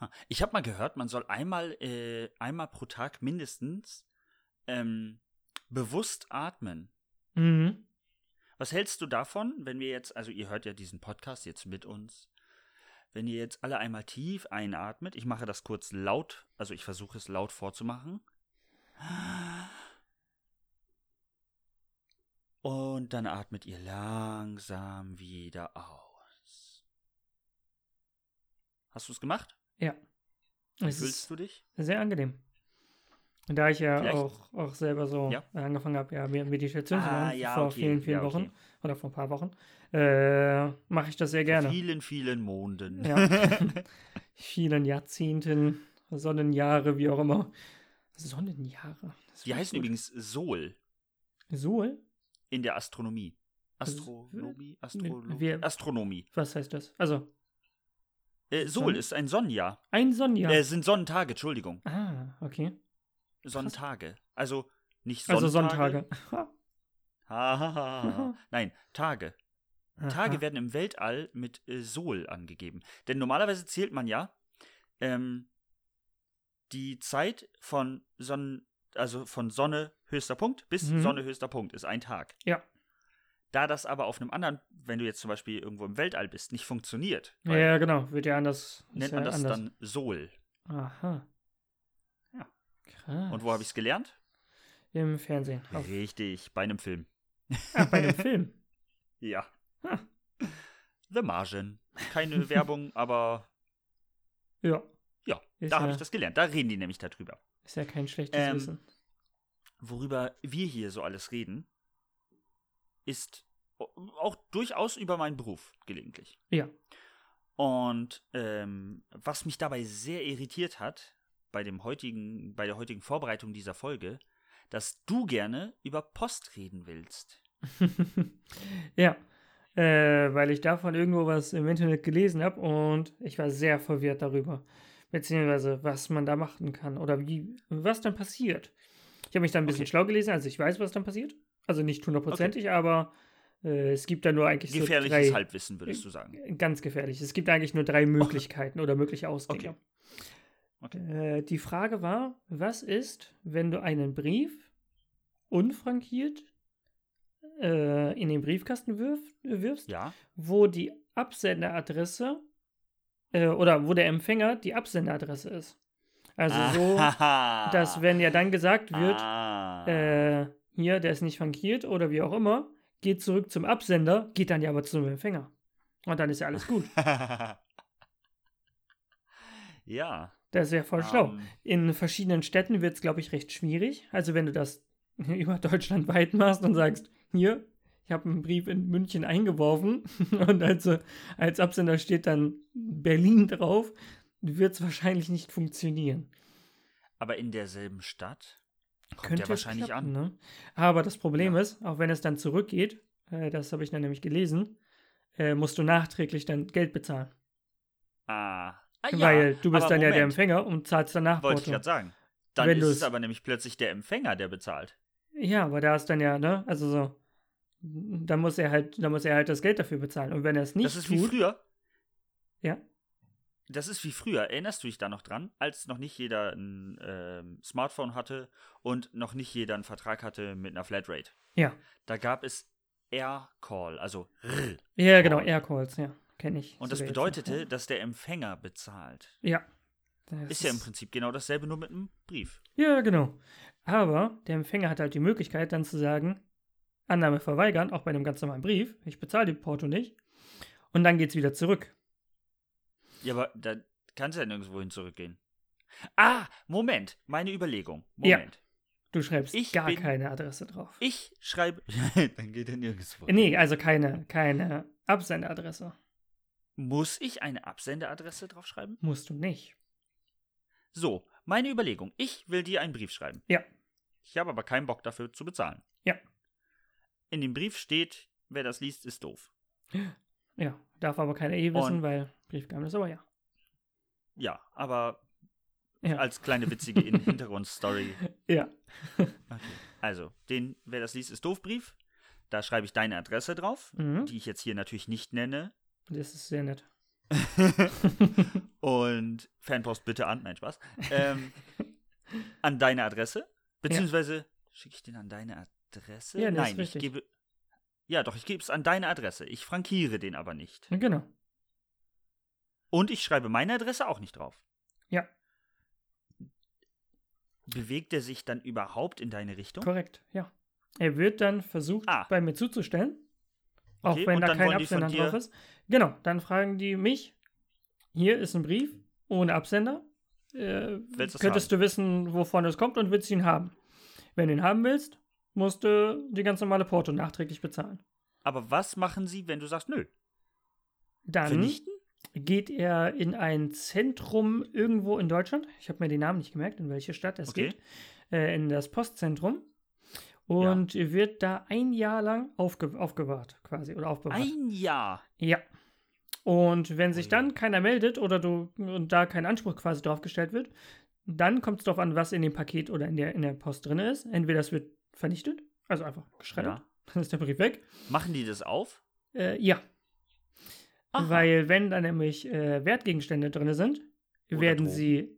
[SPEAKER 1] Ha. Ich habe mal gehört, man soll einmal, äh, einmal pro Tag mindestens ähm, bewusst atmen.
[SPEAKER 2] Mhm.
[SPEAKER 1] Was hältst du davon, wenn wir jetzt, also ihr hört ja diesen Podcast jetzt mit uns, wenn ihr jetzt alle einmal tief einatmet, ich mache das kurz laut, also ich versuche es laut vorzumachen. Und dann atmet ihr langsam wieder aus. Hast du es gemacht?
[SPEAKER 2] Ja. Es
[SPEAKER 1] Fühlst
[SPEAKER 2] ist
[SPEAKER 1] du dich?
[SPEAKER 2] sehr angenehm. Und da ich ja
[SPEAKER 1] Vielleicht-
[SPEAKER 2] auch, auch selber so
[SPEAKER 1] Ja.
[SPEAKER 2] angefangen habe, ja, mir Meditation zu
[SPEAKER 1] Ah,
[SPEAKER 2] machen
[SPEAKER 1] ja,
[SPEAKER 2] vor
[SPEAKER 1] okay.
[SPEAKER 2] vielen, vielen
[SPEAKER 1] Ja,
[SPEAKER 2] Wochen
[SPEAKER 1] okay.
[SPEAKER 2] oder vor ein paar Wochen, äh, mache ich das sehr gerne.
[SPEAKER 1] Vor vielen, vielen Monden.
[SPEAKER 2] Ja. Vielen Jahrzehnten, Sonnenjahre, wie auch immer. Sonnenjahre. Das
[SPEAKER 1] Die
[SPEAKER 2] war
[SPEAKER 1] heißen
[SPEAKER 2] gut.
[SPEAKER 1] übrigens Sol
[SPEAKER 2] Sol?
[SPEAKER 1] in der Astronomie.
[SPEAKER 2] Was-
[SPEAKER 1] Astronomie?
[SPEAKER 2] wir-
[SPEAKER 1] Astrologie? Astronomie.
[SPEAKER 2] Was heißt das? Also,
[SPEAKER 1] Äh, Sol
[SPEAKER 2] Sonne?
[SPEAKER 1] ist ein Sonnenjahr.
[SPEAKER 2] ein Sonnenjahr.
[SPEAKER 1] Äh, sind Sonnentage, Entschuldigung.
[SPEAKER 2] ah, okay.
[SPEAKER 1] Sonnentage. Also nicht Sonntage.
[SPEAKER 2] Also Sonntage.
[SPEAKER 1] Ha, ha, ha, ha. Nein, Tage. Tage
[SPEAKER 2] Aha.
[SPEAKER 1] werden im Weltall mit äh, Sol angegeben. Denn normalerweise zählt man ja ähm, die Zeit von Sonnen, also von Sonne höchster Punkt bis
[SPEAKER 2] Mhm.
[SPEAKER 1] Sonne höchster Punkt ist ein Tag.
[SPEAKER 2] Ja.
[SPEAKER 1] Da das aber auf einem anderen, wenn du jetzt zum Beispiel irgendwo im Weltall bist, nicht funktioniert,
[SPEAKER 2] Ja,
[SPEAKER 1] weil
[SPEAKER 2] ja, genau. Wird ja anders. ist
[SPEAKER 1] nennt
[SPEAKER 2] ja
[SPEAKER 1] man das
[SPEAKER 2] anders.
[SPEAKER 1] dann Sol.
[SPEAKER 2] Aha.
[SPEAKER 1] Ja.
[SPEAKER 2] Krass.
[SPEAKER 1] Und wo habe ich es gelernt?
[SPEAKER 2] Im Fernsehen. Ah, Auf,
[SPEAKER 1] Richtig, bei einem Film.
[SPEAKER 2] ah, bei einem Film.
[SPEAKER 1] Ja.
[SPEAKER 2] Ha.
[SPEAKER 1] The Margin. Keine Werbung, aber
[SPEAKER 2] Ja.
[SPEAKER 1] ja,
[SPEAKER 2] Ist
[SPEAKER 1] da habe
[SPEAKER 2] ja-
[SPEAKER 1] ich das gelernt. Da reden die nämlich darüber.
[SPEAKER 2] Ist ja kein schlechtes
[SPEAKER 1] Ähm,
[SPEAKER 2] Wissen.
[SPEAKER 1] worüber wir hier so alles reden, ist o- auch durchaus über meinen Beruf gelegentlich.
[SPEAKER 2] Ja.
[SPEAKER 1] Und ähm, was mich dabei sehr irritiert hat, bei, dem heutigen, bei der heutigen Vorbereitung dieser Folge, dass du gerne über Post reden willst.
[SPEAKER 2] ja, äh, weil ich davon irgendwo was im Internet gelesen habe und ich war sehr verwirrt darüber, beziehungsweise was man da machen kann oder wie, was dann passiert. Ich habe mich da ein bisschen
[SPEAKER 1] Okay.
[SPEAKER 2] schlau gelesen, also ich weiß, was dann passiert. Also nicht hundertprozentig, aber äh, es gibt da nur eigentlich
[SPEAKER 1] Gefährliches
[SPEAKER 2] so drei,
[SPEAKER 1] Halbwissen, würdest du sagen.
[SPEAKER 2] ganz gefährlich. Es gibt eigentlich nur drei Möglichkeiten oder mögliche Ausgänge.
[SPEAKER 1] Okay.
[SPEAKER 2] Äh, die Frage war, was ist, wenn du einen Brief unfrankiert äh, in den Briefkasten wirf, wirfst,
[SPEAKER 1] Ja,
[SPEAKER 2] wo die Absenderadresse äh, oder wo der Empfänger die Absenderadresse ist? Also so, dass wenn ja dann gesagt wird,
[SPEAKER 1] Ah.
[SPEAKER 2] äh, hier, der ist nicht frankiert oder wie auch immer, geht zurück zum Absender, geht dann ja aber zum Empfänger. Und dann ist ja alles gut.
[SPEAKER 1] ja.
[SPEAKER 2] Das ist ja voll schlau.
[SPEAKER 1] ähm,
[SPEAKER 2] In verschiedenen Städten wird es, glaube ich, recht schwierig. Also wenn du das über Deutschland weit machst und sagst, hier, ich habe einen Brief in München eingeworfen und als, äh, als Absender steht dann Berlin drauf, wird es wahrscheinlich nicht funktionieren.
[SPEAKER 1] aber in derselben Stadt kommt
[SPEAKER 2] Könnte
[SPEAKER 1] der
[SPEAKER 2] es
[SPEAKER 1] wahrscheinlich
[SPEAKER 2] klappen,
[SPEAKER 1] an.
[SPEAKER 2] Ne? Aber das Problem
[SPEAKER 1] Ja.
[SPEAKER 2] ist, auch wenn es dann zurückgeht, äh, das habe ich dann nämlich gelesen, äh, musst du nachträglich dann Geld bezahlen.
[SPEAKER 1] Ah. Ah,
[SPEAKER 2] weil du bist
[SPEAKER 1] aber
[SPEAKER 2] dann ja der
[SPEAKER 1] Moment,
[SPEAKER 2] Empfänger und zahlst danach
[SPEAKER 1] Wollte ich
[SPEAKER 2] Porto.
[SPEAKER 1] gerade sagen. Dann
[SPEAKER 2] Wenn
[SPEAKER 1] ist
[SPEAKER 2] du
[SPEAKER 1] es
[SPEAKER 2] es-
[SPEAKER 1] aber nämlich plötzlich der Empfänger, der bezahlt.
[SPEAKER 2] Ja, aber da ist dann ja, ne, also so, da muss er halt, da muss er halt das Geld dafür bezahlen. Und wenn er es nicht
[SPEAKER 1] das ist wie
[SPEAKER 2] tut,
[SPEAKER 1] früher.
[SPEAKER 2] Ja.
[SPEAKER 1] Das ist wie früher. Erinnerst du dich da noch dran, als noch nicht jeder ein ähm, Smartphone hatte und noch nicht jeder einen Vertrag hatte mit einer Flatrate?
[SPEAKER 2] ja,
[SPEAKER 1] Da gab es Air-Call, also R.
[SPEAKER 2] ja, genau, Aircalls, ja, kenne ich.
[SPEAKER 1] Oh. Und
[SPEAKER 2] so
[SPEAKER 1] das
[SPEAKER 2] jetzt noch,
[SPEAKER 1] bedeutete, dass der Empfänger bezahlt.
[SPEAKER 2] ja. Ja. Das
[SPEAKER 1] Ist ja im Prinzip genau dasselbe, nur mit einem Brief.
[SPEAKER 2] Ja, genau. Aber der Empfänger hat halt die Möglichkeit, dann zu sagen, Annahme verweigern, auch bei einem ganz normalen Brief, ich bezahle die Porto nicht. Und dann geht's wieder zurück.
[SPEAKER 1] Ja, aber da kannst du ja nirgendwo hin zurückgehen. Ah, Moment, meine Überlegung.
[SPEAKER 2] Ja.
[SPEAKER 1] Moment.
[SPEAKER 2] Du schreibst
[SPEAKER 1] Ich
[SPEAKER 2] gar
[SPEAKER 1] bin-
[SPEAKER 2] keine Adresse drauf.
[SPEAKER 1] Ich schreibe. Dann geht er nirgendwo. hin.
[SPEAKER 2] Nee, also keine, keine Absenderadresse.
[SPEAKER 1] Muss ich eine Absenderadresse draufschreiben?
[SPEAKER 2] Musst du nicht.
[SPEAKER 1] So, meine Überlegung. Ich will dir einen Brief schreiben.
[SPEAKER 2] Ja.
[SPEAKER 1] Ich habe aber keinen Bock dafür zu bezahlen.
[SPEAKER 2] Ja.
[SPEAKER 1] In dem Brief steht, wer das liest, ist doof.
[SPEAKER 2] Ja, darf aber keiner eh wissen,
[SPEAKER 1] Und-
[SPEAKER 2] weil Briefgeheimnis, aber ja.
[SPEAKER 1] Ja, aber
[SPEAKER 2] Ja.
[SPEAKER 1] als kleine witzige In- Hintergrundstory.
[SPEAKER 2] ja.
[SPEAKER 1] Also, den wer das liest, ist doof Brief. Da schreibe ich deine Adresse drauf,
[SPEAKER 2] Mhm.
[SPEAKER 1] die ich jetzt hier natürlich nicht nenne.
[SPEAKER 2] Das ist sehr nett.
[SPEAKER 1] Und Fanpost bitte an, nein, Spaß. Ähm, an deine Adresse. Beziehungsweise schicke ich den an deine Adresse?
[SPEAKER 2] Ja, nee, ist
[SPEAKER 1] nein, ich
[SPEAKER 2] richtig.
[SPEAKER 1] gebe. Ja, doch, ich gebe es an deine Adresse. Ich frankiere den aber nicht.
[SPEAKER 2] Genau.
[SPEAKER 1] Und ich schreibe meine Adresse auch nicht drauf.
[SPEAKER 2] Ja.
[SPEAKER 1] Bewegt er sich dann überhaupt in deine Richtung?
[SPEAKER 2] Korrekt, ja. Er wird dann versucht,
[SPEAKER 1] Ah.
[SPEAKER 2] bei mir zuzustellen. Auch
[SPEAKER 1] Okay,
[SPEAKER 2] wenn
[SPEAKER 1] und
[SPEAKER 2] da
[SPEAKER 1] dann
[SPEAKER 2] kein
[SPEAKER 1] wollen die von
[SPEAKER 2] Absender
[SPEAKER 1] dir-
[SPEAKER 2] drauf ist. Genau, dann fragen die mich: Hier ist ein Brief ohne Absender. Äh,
[SPEAKER 1] Willst du's
[SPEAKER 2] könntest du wissen, wovon es kommt und willst du ihn haben? Wenn du ihn haben willst, musst du die ganz normale Porto nachträglich bezahlen.
[SPEAKER 1] Aber was machen sie, wenn du sagst, nö?
[SPEAKER 2] Dann
[SPEAKER 1] Vernichten?
[SPEAKER 2] geht er in ein Zentrum irgendwo in Deutschland. Ich habe mir den Namen nicht gemerkt, in welche Stadt es
[SPEAKER 1] Okay.
[SPEAKER 2] geht. Äh, in das Postzentrum. Und wird da ein Jahr lang aufge aufgewahrt, quasi, oder aufbewahrt.
[SPEAKER 1] Ein Oh Jahr.
[SPEAKER 2] Ja. Und wenn sich
[SPEAKER 1] Ui.
[SPEAKER 2] dann keiner meldet oder du und da kein Anspruch quasi drauf gestellt wird, dann kommt es darauf an, was in dem Paket oder in der, in der Post drin ist. Entweder es wird vernichtet, also einfach geschreddert,
[SPEAKER 1] Ja.
[SPEAKER 2] dann ist der Brief weg.
[SPEAKER 1] Machen die das auf?
[SPEAKER 2] Äh, ja,
[SPEAKER 1] Aha.
[SPEAKER 2] Weil wenn da nämlich äh, Wertgegenstände drin sind,
[SPEAKER 1] Oder
[SPEAKER 2] werden
[SPEAKER 1] Drogen.
[SPEAKER 2] sie. äh,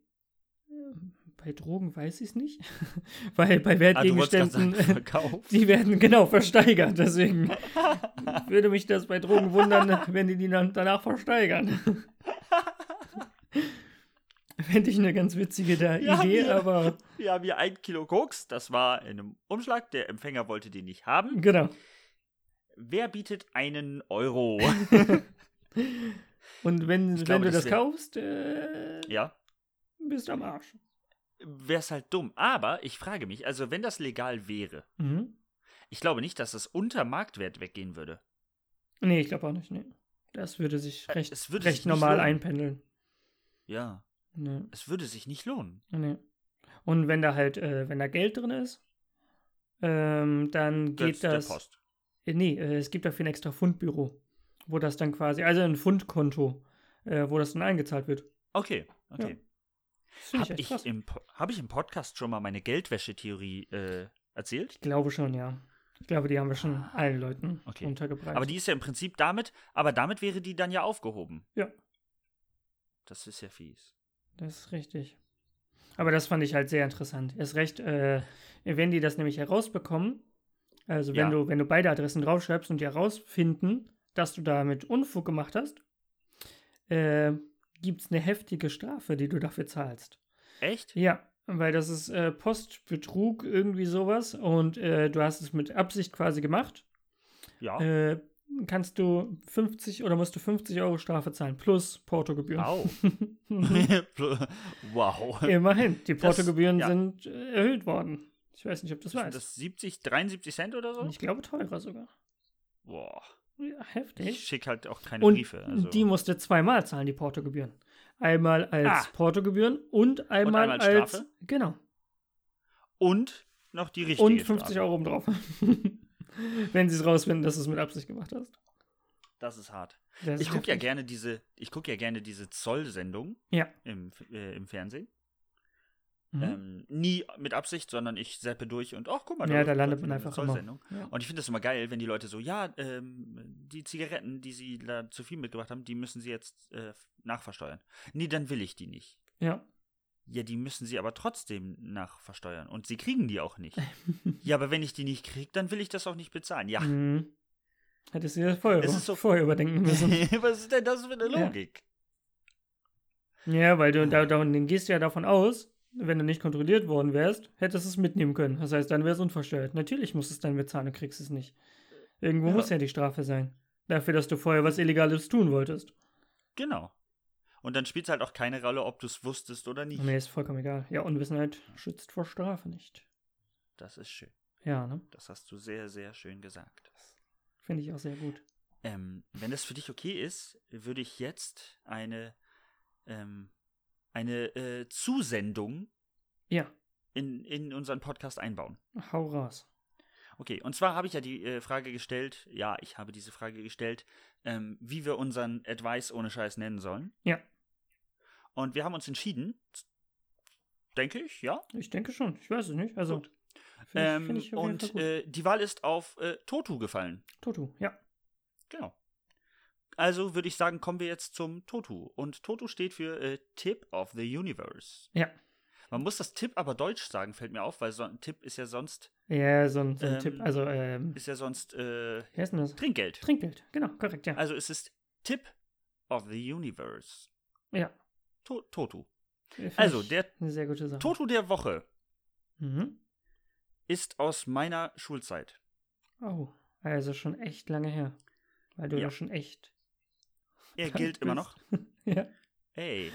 [SPEAKER 2] Bei Drogen weiß ich es nicht. weil bei
[SPEAKER 1] ah, du wolltest
[SPEAKER 2] Wertgegenständen,
[SPEAKER 1] gerade sagen, Verkauf.
[SPEAKER 2] die werden genau versteigert. Deswegen würde mich das bei Drogen wundern, wenn die die dann danach versteigern. Fände ich eine ganz witzige da
[SPEAKER 1] Ja,
[SPEAKER 2] Idee,
[SPEAKER 1] wir-
[SPEAKER 2] aber
[SPEAKER 1] Wir haben hier ein Kilo Koks, das war in einem Umschlag, der Empfänger wollte den nicht haben.
[SPEAKER 2] genau.
[SPEAKER 1] Wer bietet einen Euro?
[SPEAKER 2] Und wenn,
[SPEAKER 1] Ich
[SPEAKER 2] wenn
[SPEAKER 1] glaube,
[SPEAKER 2] du
[SPEAKER 1] das
[SPEAKER 2] das
[SPEAKER 1] wär-
[SPEAKER 2] kaufst, äh,
[SPEAKER 1] ja,
[SPEAKER 2] bist du am Arsch.
[SPEAKER 1] wär's halt dumm. Aber ich frage mich, also wenn das legal wäre,
[SPEAKER 2] Mhm.
[SPEAKER 1] ich glaube nicht, dass das unter Marktwert weggehen würde.
[SPEAKER 2] Nee, ich glaube auch nicht. Nee. Das würde sich
[SPEAKER 1] Äh,
[SPEAKER 2] recht,
[SPEAKER 1] es würde sich
[SPEAKER 2] recht
[SPEAKER 1] nicht
[SPEAKER 2] normal
[SPEAKER 1] lohnen.
[SPEAKER 2] einpendeln.
[SPEAKER 1] Ja,
[SPEAKER 2] Nee,
[SPEAKER 1] es würde sich nicht lohnen.
[SPEAKER 2] nee. Und wenn da halt, äh, wenn da Geld drin ist, ähm, dann
[SPEAKER 1] Gesetz
[SPEAKER 2] geht das.
[SPEAKER 1] der Post.
[SPEAKER 2] Äh, nee, äh, es gibt dafür ein extra Fundbüro, wo das dann quasi, also ein Fundkonto, äh, wo das dann eingezahlt wird.
[SPEAKER 1] Okay, okay.
[SPEAKER 2] Das finde ich
[SPEAKER 1] Habe
[SPEAKER 2] echt
[SPEAKER 1] ich,
[SPEAKER 2] krass.
[SPEAKER 1] im Po- hab ich im Podcast schon mal meine Geldwäschetheorie äh, erzählt?
[SPEAKER 2] Ich glaube schon, ja. Ich glaube, die haben wir schon allen Leuten
[SPEAKER 1] Ah. Okay.
[SPEAKER 2] untergebracht.
[SPEAKER 1] Aber die ist ja im Prinzip damit, aber damit wäre die dann ja aufgehoben.
[SPEAKER 2] Ja.
[SPEAKER 1] Das ist ja fies.
[SPEAKER 2] das ist richtig. Aber das fand ich halt sehr interessant. Erst recht, äh, wenn die das nämlich herausbekommen, also wenn,
[SPEAKER 1] Ja.
[SPEAKER 2] du, wenn du beide Adressen draufschreibst und die herausfinden, dass du damit Unfug gemacht hast, äh, gibt es eine heftige Strafe, die du dafür zahlst.
[SPEAKER 1] Echt?
[SPEAKER 2] Ja, weil das ist äh, Postbetrug, irgendwie sowas. Und äh, du hast es mit Absicht quasi gemacht.
[SPEAKER 1] Ja.
[SPEAKER 2] Äh, kannst du 50 oder musst du 50 Euro Strafe zahlen plus Portogebühren.
[SPEAKER 1] Au.
[SPEAKER 2] Mhm.
[SPEAKER 1] wow.
[SPEAKER 2] Immerhin, die
[SPEAKER 1] Das-
[SPEAKER 2] Portogebühren
[SPEAKER 1] ja.
[SPEAKER 2] sind äh, erhöht worden. Ich weiß nicht, ob du das
[SPEAKER 1] Sind
[SPEAKER 2] weißt.
[SPEAKER 1] das 70, 73 Cent oder so?
[SPEAKER 2] ich glaube teurer sogar.
[SPEAKER 1] Boah.
[SPEAKER 2] Ja,
[SPEAKER 1] Ich
[SPEAKER 2] heftig.
[SPEAKER 1] schicke halt auch keine
[SPEAKER 2] Und
[SPEAKER 1] Briefe. Also.
[SPEAKER 2] die musste zweimal zahlen, die Portogebühren. Einmal als
[SPEAKER 1] Ah.
[SPEAKER 2] Portogebühren und einmal,
[SPEAKER 1] einmal
[SPEAKER 2] als.
[SPEAKER 1] als
[SPEAKER 2] als
[SPEAKER 1] Strafe?
[SPEAKER 2] genau.
[SPEAKER 1] Und noch die richtige
[SPEAKER 2] Und 50
[SPEAKER 1] Strafe.
[SPEAKER 2] Euro obendrauf. Wenn sie es rausfinden, dass du es mit Absicht gemacht hast.
[SPEAKER 1] Das ist hart.
[SPEAKER 2] Das
[SPEAKER 1] Ich
[SPEAKER 2] ist
[SPEAKER 1] gucke ja
[SPEAKER 2] heftig.
[SPEAKER 1] gerne diese, ich guck ja gerne diese Zoll-Sendung
[SPEAKER 2] Ja.
[SPEAKER 1] im, F- äh, im Fernsehen.
[SPEAKER 2] Mhm.
[SPEAKER 1] Ähm, nie mit Absicht, sondern ich seppe durch und ach, guck mal,
[SPEAKER 2] ja, da
[SPEAKER 1] läuft gerade
[SPEAKER 2] landet man
[SPEAKER 1] eine
[SPEAKER 2] einfach immer.
[SPEAKER 1] Zollsendung.
[SPEAKER 2] Ja.
[SPEAKER 1] Und ich finde das immer geil, wenn die Leute so, ja, ähm, die Zigaretten, die sie da zu viel mitgebracht haben, die müssen sie jetzt äh, nachversteuern. Nee, dann will ich die nicht.
[SPEAKER 2] ja.
[SPEAKER 1] Ja, die müssen sie aber trotzdem nachversteuern. Und sie kriegen die auch nicht. ja, aber wenn ich die nicht kriege, dann will ich das auch nicht bezahlen. Ja,
[SPEAKER 2] Mhm. Hättest du das vorher,
[SPEAKER 1] Es ist so-
[SPEAKER 2] vorher überdenken müssen.
[SPEAKER 1] was ist denn das für eine
[SPEAKER 2] Ja.
[SPEAKER 1] Logik?
[SPEAKER 2] ja, weil du da, da dann gehst du ja davon aus, wenn du nicht kontrolliert worden wärst, hättest du es mitnehmen können. Das heißt, dann wäre es unversteuert. Natürlich musst du es dann bezahlen, du kriegst es nicht. Irgendwo
[SPEAKER 1] Ja.
[SPEAKER 2] muss ja die Strafe sein. Dafür, dass du vorher was Illegales tun wolltest.
[SPEAKER 1] Genau. Und dann spielt es halt auch keine Rolle, ob du es wusstest oder nicht.
[SPEAKER 2] Und mir ist vollkommen egal. Ja, Unwissenheit schützt vor Strafe nicht.
[SPEAKER 1] Das ist schön.
[SPEAKER 2] Ja, ne?
[SPEAKER 1] Das hast du sehr, sehr schön gesagt.
[SPEAKER 2] Finde ich auch sehr gut.
[SPEAKER 1] Ähm, wenn das für dich okay ist, würde ich jetzt eine, ähm, eine äh, Zusendung
[SPEAKER 2] Ja,
[SPEAKER 1] in, in unseren Podcast einbauen.
[SPEAKER 2] hau raus.
[SPEAKER 1] Okay, und zwar habe ich ja die äh, Frage gestellt, ja, ich habe diese Frage gestellt, ähm, wie wir unseren Advice ohne Scheiß nennen sollen.
[SPEAKER 2] Ja.
[SPEAKER 1] Und wir haben uns entschieden, denke ich, ja,
[SPEAKER 2] Ich denke schon. Ich weiß es nicht. Also,
[SPEAKER 1] Gut.
[SPEAKER 2] finde ich,
[SPEAKER 1] Ähm,
[SPEAKER 2] find ich auf jeden Fall
[SPEAKER 1] und
[SPEAKER 2] gut.
[SPEAKER 1] äh, die Wahl ist auf äh, Totu gefallen.
[SPEAKER 2] Toto, ja.
[SPEAKER 1] Genau. Also würde ich sagen, kommen wir jetzt zum Totu. Und Totu steht für äh, Tip of the Universe.
[SPEAKER 2] Ja.
[SPEAKER 1] Man muss das Tipp aber deutsch sagen, fällt mir auf, weil so ein Tipp ist ja sonst,
[SPEAKER 2] Ja, so ein, so ein
[SPEAKER 1] Ähm,
[SPEAKER 2] Tipp. Also, ähm,
[SPEAKER 1] ist ja sonst äh,
[SPEAKER 2] wie heißt denn das?
[SPEAKER 1] Trinkgeld.
[SPEAKER 2] Trinkgeld, genau, korrekt, ja.
[SPEAKER 1] Also es ist Tip of the Universe.
[SPEAKER 2] ja.
[SPEAKER 1] To Totu.
[SPEAKER 2] Finde
[SPEAKER 1] Also,
[SPEAKER 2] ich
[SPEAKER 1] der-
[SPEAKER 2] Eine sehr gute Sache.
[SPEAKER 1] Totu der Woche
[SPEAKER 2] Mhm.
[SPEAKER 1] ist aus meiner Schulzeit.
[SPEAKER 2] Oh, also schon echt lange her. Weil du ja,
[SPEAKER 1] Ja.
[SPEAKER 2] schon echt.
[SPEAKER 1] Er
[SPEAKER 2] Krank
[SPEAKER 1] gilt immer
[SPEAKER 2] bist.
[SPEAKER 1] noch.
[SPEAKER 2] Ja.
[SPEAKER 1] Ey,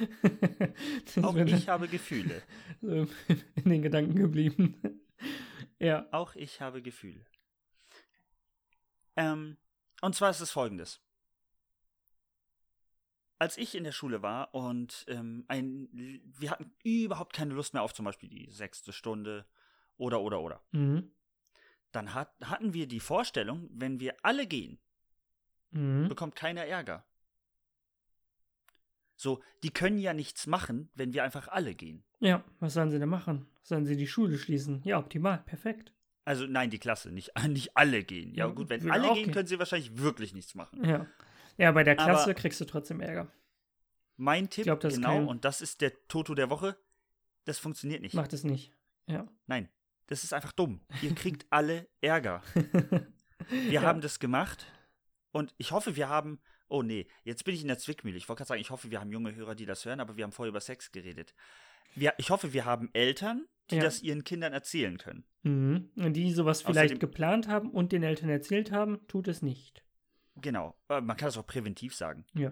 [SPEAKER 2] das
[SPEAKER 1] auch
[SPEAKER 2] wird
[SPEAKER 1] ich habe Gefühle.
[SPEAKER 2] so in den Gedanken geblieben. ja.
[SPEAKER 1] Auch ich habe Gefühle. Ähm, und zwar ist es folgendes. Als ich in der Schule war und ähm, ein, wir hatten überhaupt keine Lust mehr auf zum Beispiel die sechste Stunde oder oder oder,
[SPEAKER 2] Mhm.
[SPEAKER 1] dann hat, hatten wir die Vorstellung, wenn wir alle gehen,
[SPEAKER 2] Mhm.
[SPEAKER 1] bekommt keiner Ärger. So, die können ja nichts machen, wenn wir einfach alle gehen.
[SPEAKER 2] Ja, was sollen sie denn machen? Sollen sie die Schule schließen? Ja, optimal, perfekt.
[SPEAKER 1] Also nein, die Klasse, nicht, nicht alle gehen. Ja
[SPEAKER 2] Ja,
[SPEAKER 1] gut, wenn
[SPEAKER 2] würde
[SPEAKER 1] alle
[SPEAKER 2] auch
[SPEAKER 1] gehen,
[SPEAKER 2] gehen.
[SPEAKER 1] können sie wahrscheinlich wirklich nichts machen.
[SPEAKER 2] Ja. Ja, bei der
[SPEAKER 1] Aber-
[SPEAKER 2] Klasse kriegst du trotzdem Ärger.
[SPEAKER 1] Mein Tipp,
[SPEAKER 2] glaub, das ist
[SPEAKER 1] genau,
[SPEAKER 2] kein-
[SPEAKER 1] und das ist der Toto der Woche. Das funktioniert nicht.
[SPEAKER 2] Macht es nicht. Ja.
[SPEAKER 1] Nein, das ist einfach dumm. Ihr kriegt alle Ärger. Wir
[SPEAKER 2] Ja.
[SPEAKER 1] haben das gemacht und ich hoffe, wir haben. Oh nee, jetzt bin ich in der Zwickmühle. Ich wollte gerade sagen, ich hoffe, wir haben junge Hörer, die das hören, aber wir haben vorher über Sex geredet. Wir, ich hoffe, wir haben Eltern, die
[SPEAKER 2] Ja.
[SPEAKER 1] das ihren Kindern erzählen können.
[SPEAKER 2] Mhm. Und die sowas vielleicht
[SPEAKER 1] Außerdem-
[SPEAKER 2] geplant haben und den Eltern erzählt haben, tut es nicht.
[SPEAKER 1] Genau. Aber Man kann das auch präventiv sagen.
[SPEAKER 2] Ja.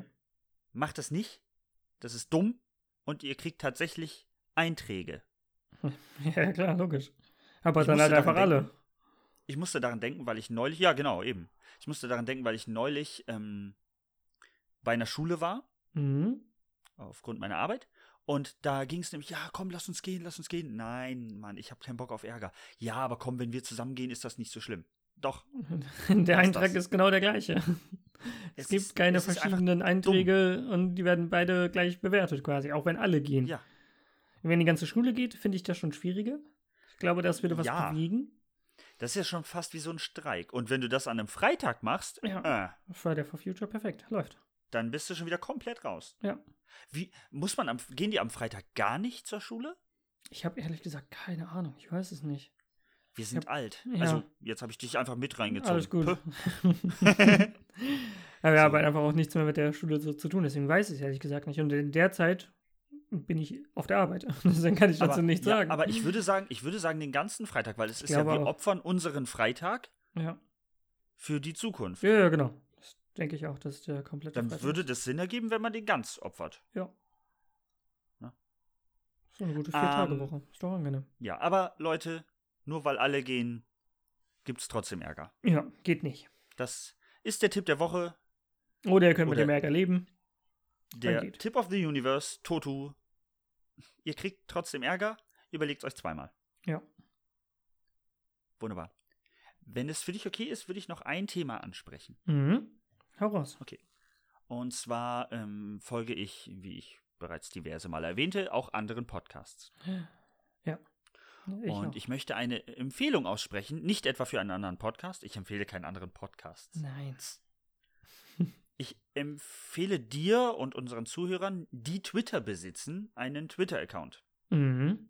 [SPEAKER 1] Macht das nicht. Das ist dumm und ihr kriegt tatsächlich Einträge.
[SPEAKER 2] Ja, klar, logisch. Aber
[SPEAKER 1] Ich
[SPEAKER 2] dann halt
[SPEAKER 1] musste
[SPEAKER 2] einfach
[SPEAKER 1] daran
[SPEAKER 2] alle.
[SPEAKER 1] ich musste daran denken, weil ich neulich, ja genau, eben. Ich musste daran denken, weil ich neulich ähm, bei einer Schule war,
[SPEAKER 2] Mhm.
[SPEAKER 1] aufgrund meiner Arbeit. Und da ging es nämlich, ja, komm, lass uns gehen, lass uns gehen. Nein, Mann, ich habe keinen Bock auf Ärger. Ja, aber komm, wenn wir zusammen gehen, ist das nicht so schlimm. Doch,
[SPEAKER 2] Der
[SPEAKER 1] Was ist
[SPEAKER 2] Eintrag
[SPEAKER 1] das?
[SPEAKER 2] ist genau der gleiche. Es,
[SPEAKER 1] Es
[SPEAKER 2] gibt
[SPEAKER 1] ist-
[SPEAKER 2] keine
[SPEAKER 1] es ist einfach
[SPEAKER 2] verschiedenen Einträge und die werden beide gleich bewertet quasi, auch wenn alle gehen.
[SPEAKER 1] ja,
[SPEAKER 2] Wenn die ganze Schule geht, finde ich das schon schwieriger. Ich glaube, das würde was
[SPEAKER 1] Ja.
[SPEAKER 2] bewegen.
[SPEAKER 1] das ist ja schon fast wie so ein Streik. Und wenn du das an einem Freitag machst,
[SPEAKER 2] Ja.
[SPEAKER 1] äh,
[SPEAKER 2] Friday for Future, perfekt, läuft.
[SPEAKER 1] dann bist du schon wieder komplett raus.
[SPEAKER 2] Ja.
[SPEAKER 1] Wie, muss man am, gehen die am Freitag gar nicht zur Schule?
[SPEAKER 2] Ich habe ehrlich gesagt keine Ahnung. Ich weiß es nicht.
[SPEAKER 1] Wir sind alt.
[SPEAKER 2] ja.
[SPEAKER 1] Also, jetzt habe ich dich einfach mit reingezogen.
[SPEAKER 2] Alles gut.
[SPEAKER 1] Puh.
[SPEAKER 2] Aber wir haben halt einfach auch nichts mehr mit der Schule so zu tun. Deswegen weiß ich es ehrlich gesagt nicht. Und in der Zeit bin ich auf der Arbeit. Deswegen kann ich dazu nichts
[SPEAKER 1] ja,
[SPEAKER 2] sagen.
[SPEAKER 1] aber ich würde sagen, ich würde sagen den ganzen Freitag, weil es ist ja,
[SPEAKER 2] glaube
[SPEAKER 1] wir
[SPEAKER 2] auch.
[SPEAKER 1] opfern unseren Freitag
[SPEAKER 2] ja.
[SPEAKER 1] für die Zukunft.
[SPEAKER 2] ja, ja, genau. Das denke ich auch, dass der komplette
[SPEAKER 1] Dann
[SPEAKER 2] Freitag
[SPEAKER 1] würde
[SPEAKER 2] ist.
[SPEAKER 1] das Sinn ergeben, wenn man den ganz opfert.
[SPEAKER 2] So eine gute
[SPEAKER 1] Ähm,
[SPEAKER 2] Vier-Tage-Woche. Ist doch angenehm.
[SPEAKER 1] Ja, aber Leute, nur weil alle gehen, gibt's trotzdem Ärger.
[SPEAKER 2] Ja, geht nicht.
[SPEAKER 1] Das ist der Tipp der Woche.
[SPEAKER 2] Oder ihr könnt mit
[SPEAKER 1] Oder-
[SPEAKER 2] dem Ärger leben.
[SPEAKER 1] Der
[SPEAKER 2] geht.
[SPEAKER 1] Tip of the Universe, Totu. Ihr kriegt trotzdem Ärger, überlegt euch zweimal.
[SPEAKER 2] Ja.
[SPEAKER 1] Wunderbar. Wenn es für dich okay ist, würde ich noch ein Thema ansprechen.
[SPEAKER 2] Mhm. Hau raus.
[SPEAKER 1] Und zwar ähm, folge ich, wie ich bereits diverse Mal erwähnte, auch anderen Podcasts.
[SPEAKER 2] Ich
[SPEAKER 1] und
[SPEAKER 2] auch.
[SPEAKER 1] ich möchte eine Empfehlung aussprechen, nicht etwa für einen anderen Podcast. Ich empfehle keinen anderen Podcast.
[SPEAKER 2] Nein.
[SPEAKER 1] Ich empfehle dir und unseren Zuhörern, die Twitter besitzen, einen Twitter-Account.
[SPEAKER 2] Mhm.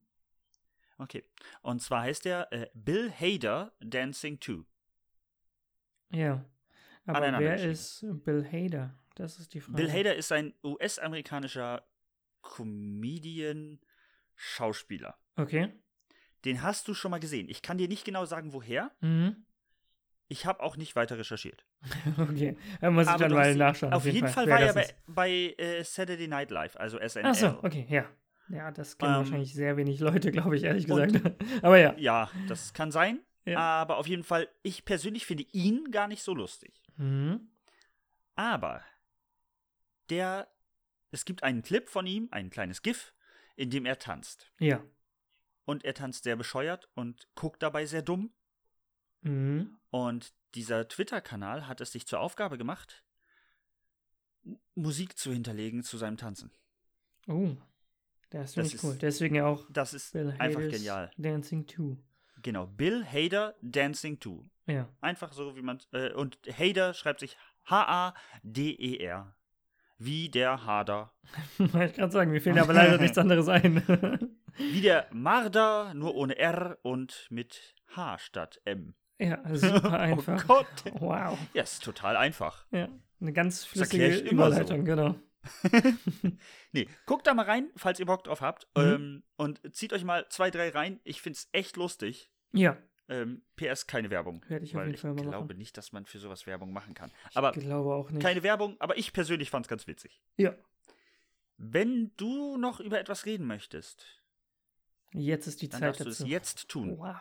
[SPEAKER 1] Okay. Und zwar heißt der äh, Bill Hader Dancing 2.
[SPEAKER 2] Ja. Aber
[SPEAKER 1] Aneinander
[SPEAKER 2] wer
[SPEAKER 1] geschrieben.
[SPEAKER 2] ist Bill Hader? Das ist die Frage.
[SPEAKER 1] Bill Hader ist ein US-amerikanischer Comedian, Schauspieler.
[SPEAKER 2] Okay.
[SPEAKER 1] Den hast du schon mal gesehen. Ich kann dir nicht genau sagen, woher.
[SPEAKER 2] Mhm.
[SPEAKER 1] Ich habe auch nicht weiter recherchiert.
[SPEAKER 2] Okay. Da muss ich
[SPEAKER 1] Aber
[SPEAKER 2] dann
[SPEAKER 1] du
[SPEAKER 2] mal
[SPEAKER 1] hast-
[SPEAKER 2] nachschauen.
[SPEAKER 1] Auf jeden Fall, war
[SPEAKER 2] wer
[SPEAKER 1] er
[SPEAKER 2] das
[SPEAKER 1] bei, bei äh, Saturday Night Live, also SNL.
[SPEAKER 2] Achso, okay, ja. Ja, das kennen
[SPEAKER 1] Ähm,
[SPEAKER 2] wahrscheinlich sehr wenig Leute, glaube ich, ehrlich
[SPEAKER 1] und-
[SPEAKER 2] gesagt. Aber ja.
[SPEAKER 1] Ja, das kann sein.
[SPEAKER 2] Ja.
[SPEAKER 1] Aber auf jeden Fall, ich persönlich finde ihn gar nicht so lustig.
[SPEAKER 2] Mhm.
[SPEAKER 1] Aber der, es gibt einen Clip von ihm, ein kleines GIF, in dem er tanzt.
[SPEAKER 2] Ja.
[SPEAKER 1] Und er tanzt sehr bescheuert und guckt dabei sehr dumm.
[SPEAKER 2] Mhm.
[SPEAKER 1] Und dieser Twitter-Kanal hat es sich zur Aufgabe gemacht, M- Musik zu hinterlegen zu seinem Tanzen.
[SPEAKER 2] Oh.
[SPEAKER 1] Das
[SPEAKER 2] Das finde ich
[SPEAKER 1] ist-
[SPEAKER 2] cool. Deswegen ja auch
[SPEAKER 1] Das ist
[SPEAKER 2] Bill
[SPEAKER 1] einfach
[SPEAKER 2] Haders
[SPEAKER 1] genial.
[SPEAKER 2] Dancing 2.
[SPEAKER 1] Genau, Bill Hader Dancing 2.
[SPEAKER 2] Ja.
[SPEAKER 1] Einfach so, wie man. Äh, und Hader schreibt sich H-A-D-E-R. E Wie der Hader.
[SPEAKER 2] Wollte ich gerade sagen, mir fehlt aber leider nichts anderes ein.
[SPEAKER 1] Wie der Marder, nur ohne R und mit H statt M.
[SPEAKER 2] ja, super
[SPEAKER 1] Oh
[SPEAKER 2] einfach.
[SPEAKER 1] Gott.
[SPEAKER 2] wow.
[SPEAKER 1] Ja, ist total einfach.
[SPEAKER 2] Ja. Eine ganz
[SPEAKER 1] Das erklär
[SPEAKER 2] flüssige
[SPEAKER 1] ich immer so.
[SPEAKER 2] Überleitung, genau.
[SPEAKER 1] Nee, guckt da mal rein, falls ihr Bock drauf habt.
[SPEAKER 2] Mhm.
[SPEAKER 1] Ähm, und zieht euch mal zwei, drei rein. Ich find's echt lustig.
[SPEAKER 2] Ja,
[SPEAKER 1] Ähm, PS, keine Werbung.
[SPEAKER 2] werde ich auf
[SPEAKER 1] weil
[SPEAKER 2] jeden
[SPEAKER 1] ich
[SPEAKER 2] Fall mal
[SPEAKER 1] glaube
[SPEAKER 2] machen.
[SPEAKER 1] nicht, dass man für sowas Werbung machen kann.
[SPEAKER 2] Ich
[SPEAKER 1] Aber
[SPEAKER 2] glaube auch nicht.
[SPEAKER 1] keine Werbung, aber ich persönlich fand's ganz witzig.
[SPEAKER 2] Ja.
[SPEAKER 1] Wenn du noch über etwas reden möchtest,
[SPEAKER 2] Jetzt ist die
[SPEAKER 1] dann
[SPEAKER 2] Zeit
[SPEAKER 1] darfst du es
[SPEAKER 2] dazu.
[SPEAKER 1] jetzt tun.
[SPEAKER 2] Wow.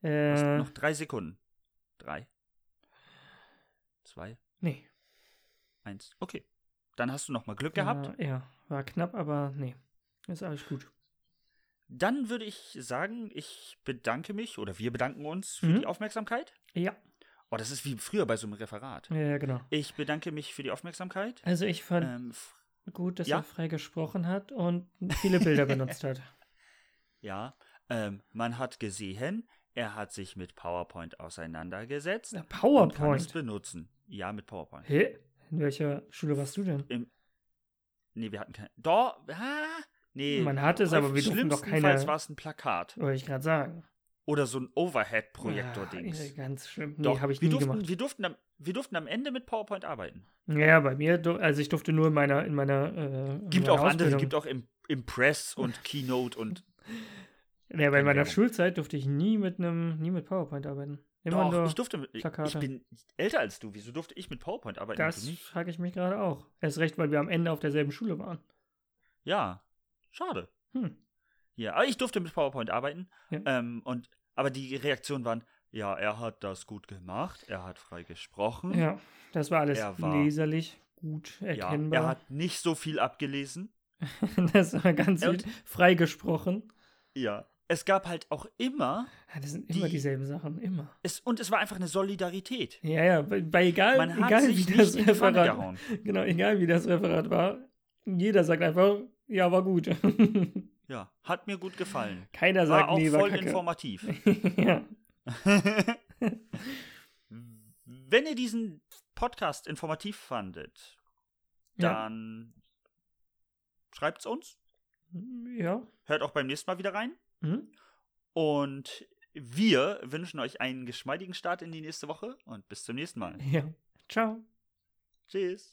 [SPEAKER 1] Du hast
[SPEAKER 2] Äh,
[SPEAKER 1] noch drei Sekunden. Drei. Zwei.
[SPEAKER 2] nee.
[SPEAKER 1] Eins. Okay. Dann hast du noch mal Glück gehabt.
[SPEAKER 2] Äh, ja, war knapp, aber nee. Ist alles gut.
[SPEAKER 1] Dann würde ich sagen, ich bedanke mich oder wir bedanken uns für
[SPEAKER 2] Mhm.
[SPEAKER 1] die Aufmerksamkeit.
[SPEAKER 2] Ja,
[SPEAKER 1] Oh, das ist wie früher bei so einem Referat.
[SPEAKER 2] ja, genau.
[SPEAKER 1] Ich bedanke mich für die Aufmerksamkeit.
[SPEAKER 2] Also ich fand
[SPEAKER 1] Ähm, f-
[SPEAKER 2] gut, dass
[SPEAKER 1] ja.
[SPEAKER 2] er frei gesprochen hat und viele Bilder benutzt hat.
[SPEAKER 1] ja, ähm, man hat gesehen, er hat sich mit PowerPoint auseinandergesetzt
[SPEAKER 2] Na,
[SPEAKER 1] und kann es
[SPEAKER 2] PowerPoint.
[SPEAKER 1] benutzen. Ja, mit PowerPoint.
[SPEAKER 2] Hä? In welcher Schule warst du denn?
[SPEAKER 1] Nee, wir hatten kein. Doch, ah, nee.
[SPEAKER 2] Man hatte es, aber wir durften doch keine-
[SPEAKER 1] Schlimmstenfalls war es ein Plakat
[SPEAKER 2] Wollte ich gerade sagen.
[SPEAKER 1] oder so ein
[SPEAKER 2] Ah,
[SPEAKER 1] Overhead-Projektor-Dings.
[SPEAKER 2] ja, ganz schlimm. Nee,
[SPEAKER 1] Doch,
[SPEAKER 2] habe ich
[SPEAKER 1] wir
[SPEAKER 2] nie
[SPEAKER 1] durften,
[SPEAKER 2] gemacht.
[SPEAKER 1] Wir durften, am, wir durften am Ende mit PowerPoint arbeiten.
[SPEAKER 2] Ja, bei mir, du- also ich durfte nur in meiner, in meiner, äh, in
[SPEAKER 1] Gibt
[SPEAKER 2] meiner
[SPEAKER 1] auch andere,
[SPEAKER 2] Ausbildung-
[SPEAKER 1] gibt auch im Impress und Keynote und
[SPEAKER 2] Ja,
[SPEAKER 1] keine
[SPEAKER 2] bei meiner
[SPEAKER 1] Werbung.
[SPEAKER 2] Schulzeit durfte ich nie mit einem, nie mit PowerPoint arbeiten. Immer
[SPEAKER 1] Doch,
[SPEAKER 2] nur.
[SPEAKER 1] ich durfte. mit-
[SPEAKER 2] Plakate.
[SPEAKER 1] Ich bin älter als du. Wieso durfte ich mit PowerPoint arbeiten? und du
[SPEAKER 2] das
[SPEAKER 1] nicht?
[SPEAKER 2] frage ich mich gerade auch. Erst recht, weil wir am Ende auf derselben Schule waren.
[SPEAKER 1] Ja, schade.
[SPEAKER 2] Hm.
[SPEAKER 1] Ja, aber ich durfte mit PowerPoint arbeiten.
[SPEAKER 2] Ja.
[SPEAKER 1] Ähm, und, aber die Reaktionen waren: Ja, er hat das gut gemacht. Er hat frei gesprochen.
[SPEAKER 2] Ja, das war alles
[SPEAKER 1] Mhm. Er war-
[SPEAKER 2] leserlich, gut
[SPEAKER 1] Ja, er
[SPEAKER 2] erkennbar.
[SPEAKER 1] hat nicht so viel abgelesen.
[SPEAKER 2] das war ganz
[SPEAKER 1] Er-
[SPEAKER 2] wild frei gesprochen.
[SPEAKER 1] Ja. Es gab halt auch immer.
[SPEAKER 2] Ja, Ah, Das sind immer
[SPEAKER 1] Die-
[SPEAKER 2] dieselben Sachen, immer.
[SPEAKER 1] Es, und es war einfach eine Solidarität.
[SPEAKER 2] Ja, ja, bei, bei egal,
[SPEAKER 1] Man hat
[SPEAKER 2] egal
[SPEAKER 1] sich
[SPEAKER 2] wie
[SPEAKER 1] nicht
[SPEAKER 2] das
[SPEAKER 1] in die Pfanne
[SPEAKER 2] Referat,
[SPEAKER 1] gehauen.
[SPEAKER 2] genau, egal wie das Referat war, jeder sagt einfach, ja, war gut.
[SPEAKER 1] Ja, hat mir gut gefallen.
[SPEAKER 2] Keiner
[SPEAKER 1] War
[SPEAKER 2] sagt,
[SPEAKER 1] auch
[SPEAKER 2] nee, war
[SPEAKER 1] voll
[SPEAKER 2] kacke.
[SPEAKER 1] informativ.
[SPEAKER 2] ja.
[SPEAKER 1] Wenn ihr diesen Podcast informativ fandet,
[SPEAKER 2] Ja.
[SPEAKER 1] dann schreibt's uns.
[SPEAKER 2] Ja.
[SPEAKER 1] Hört auch beim nächsten Mal wieder rein.
[SPEAKER 2] Mhm.
[SPEAKER 1] Und wir wünschen euch einen geschmeidigen Start in die nächste Woche und bis zum nächsten Mal.
[SPEAKER 2] Ja. Ciao.
[SPEAKER 1] Tschüss.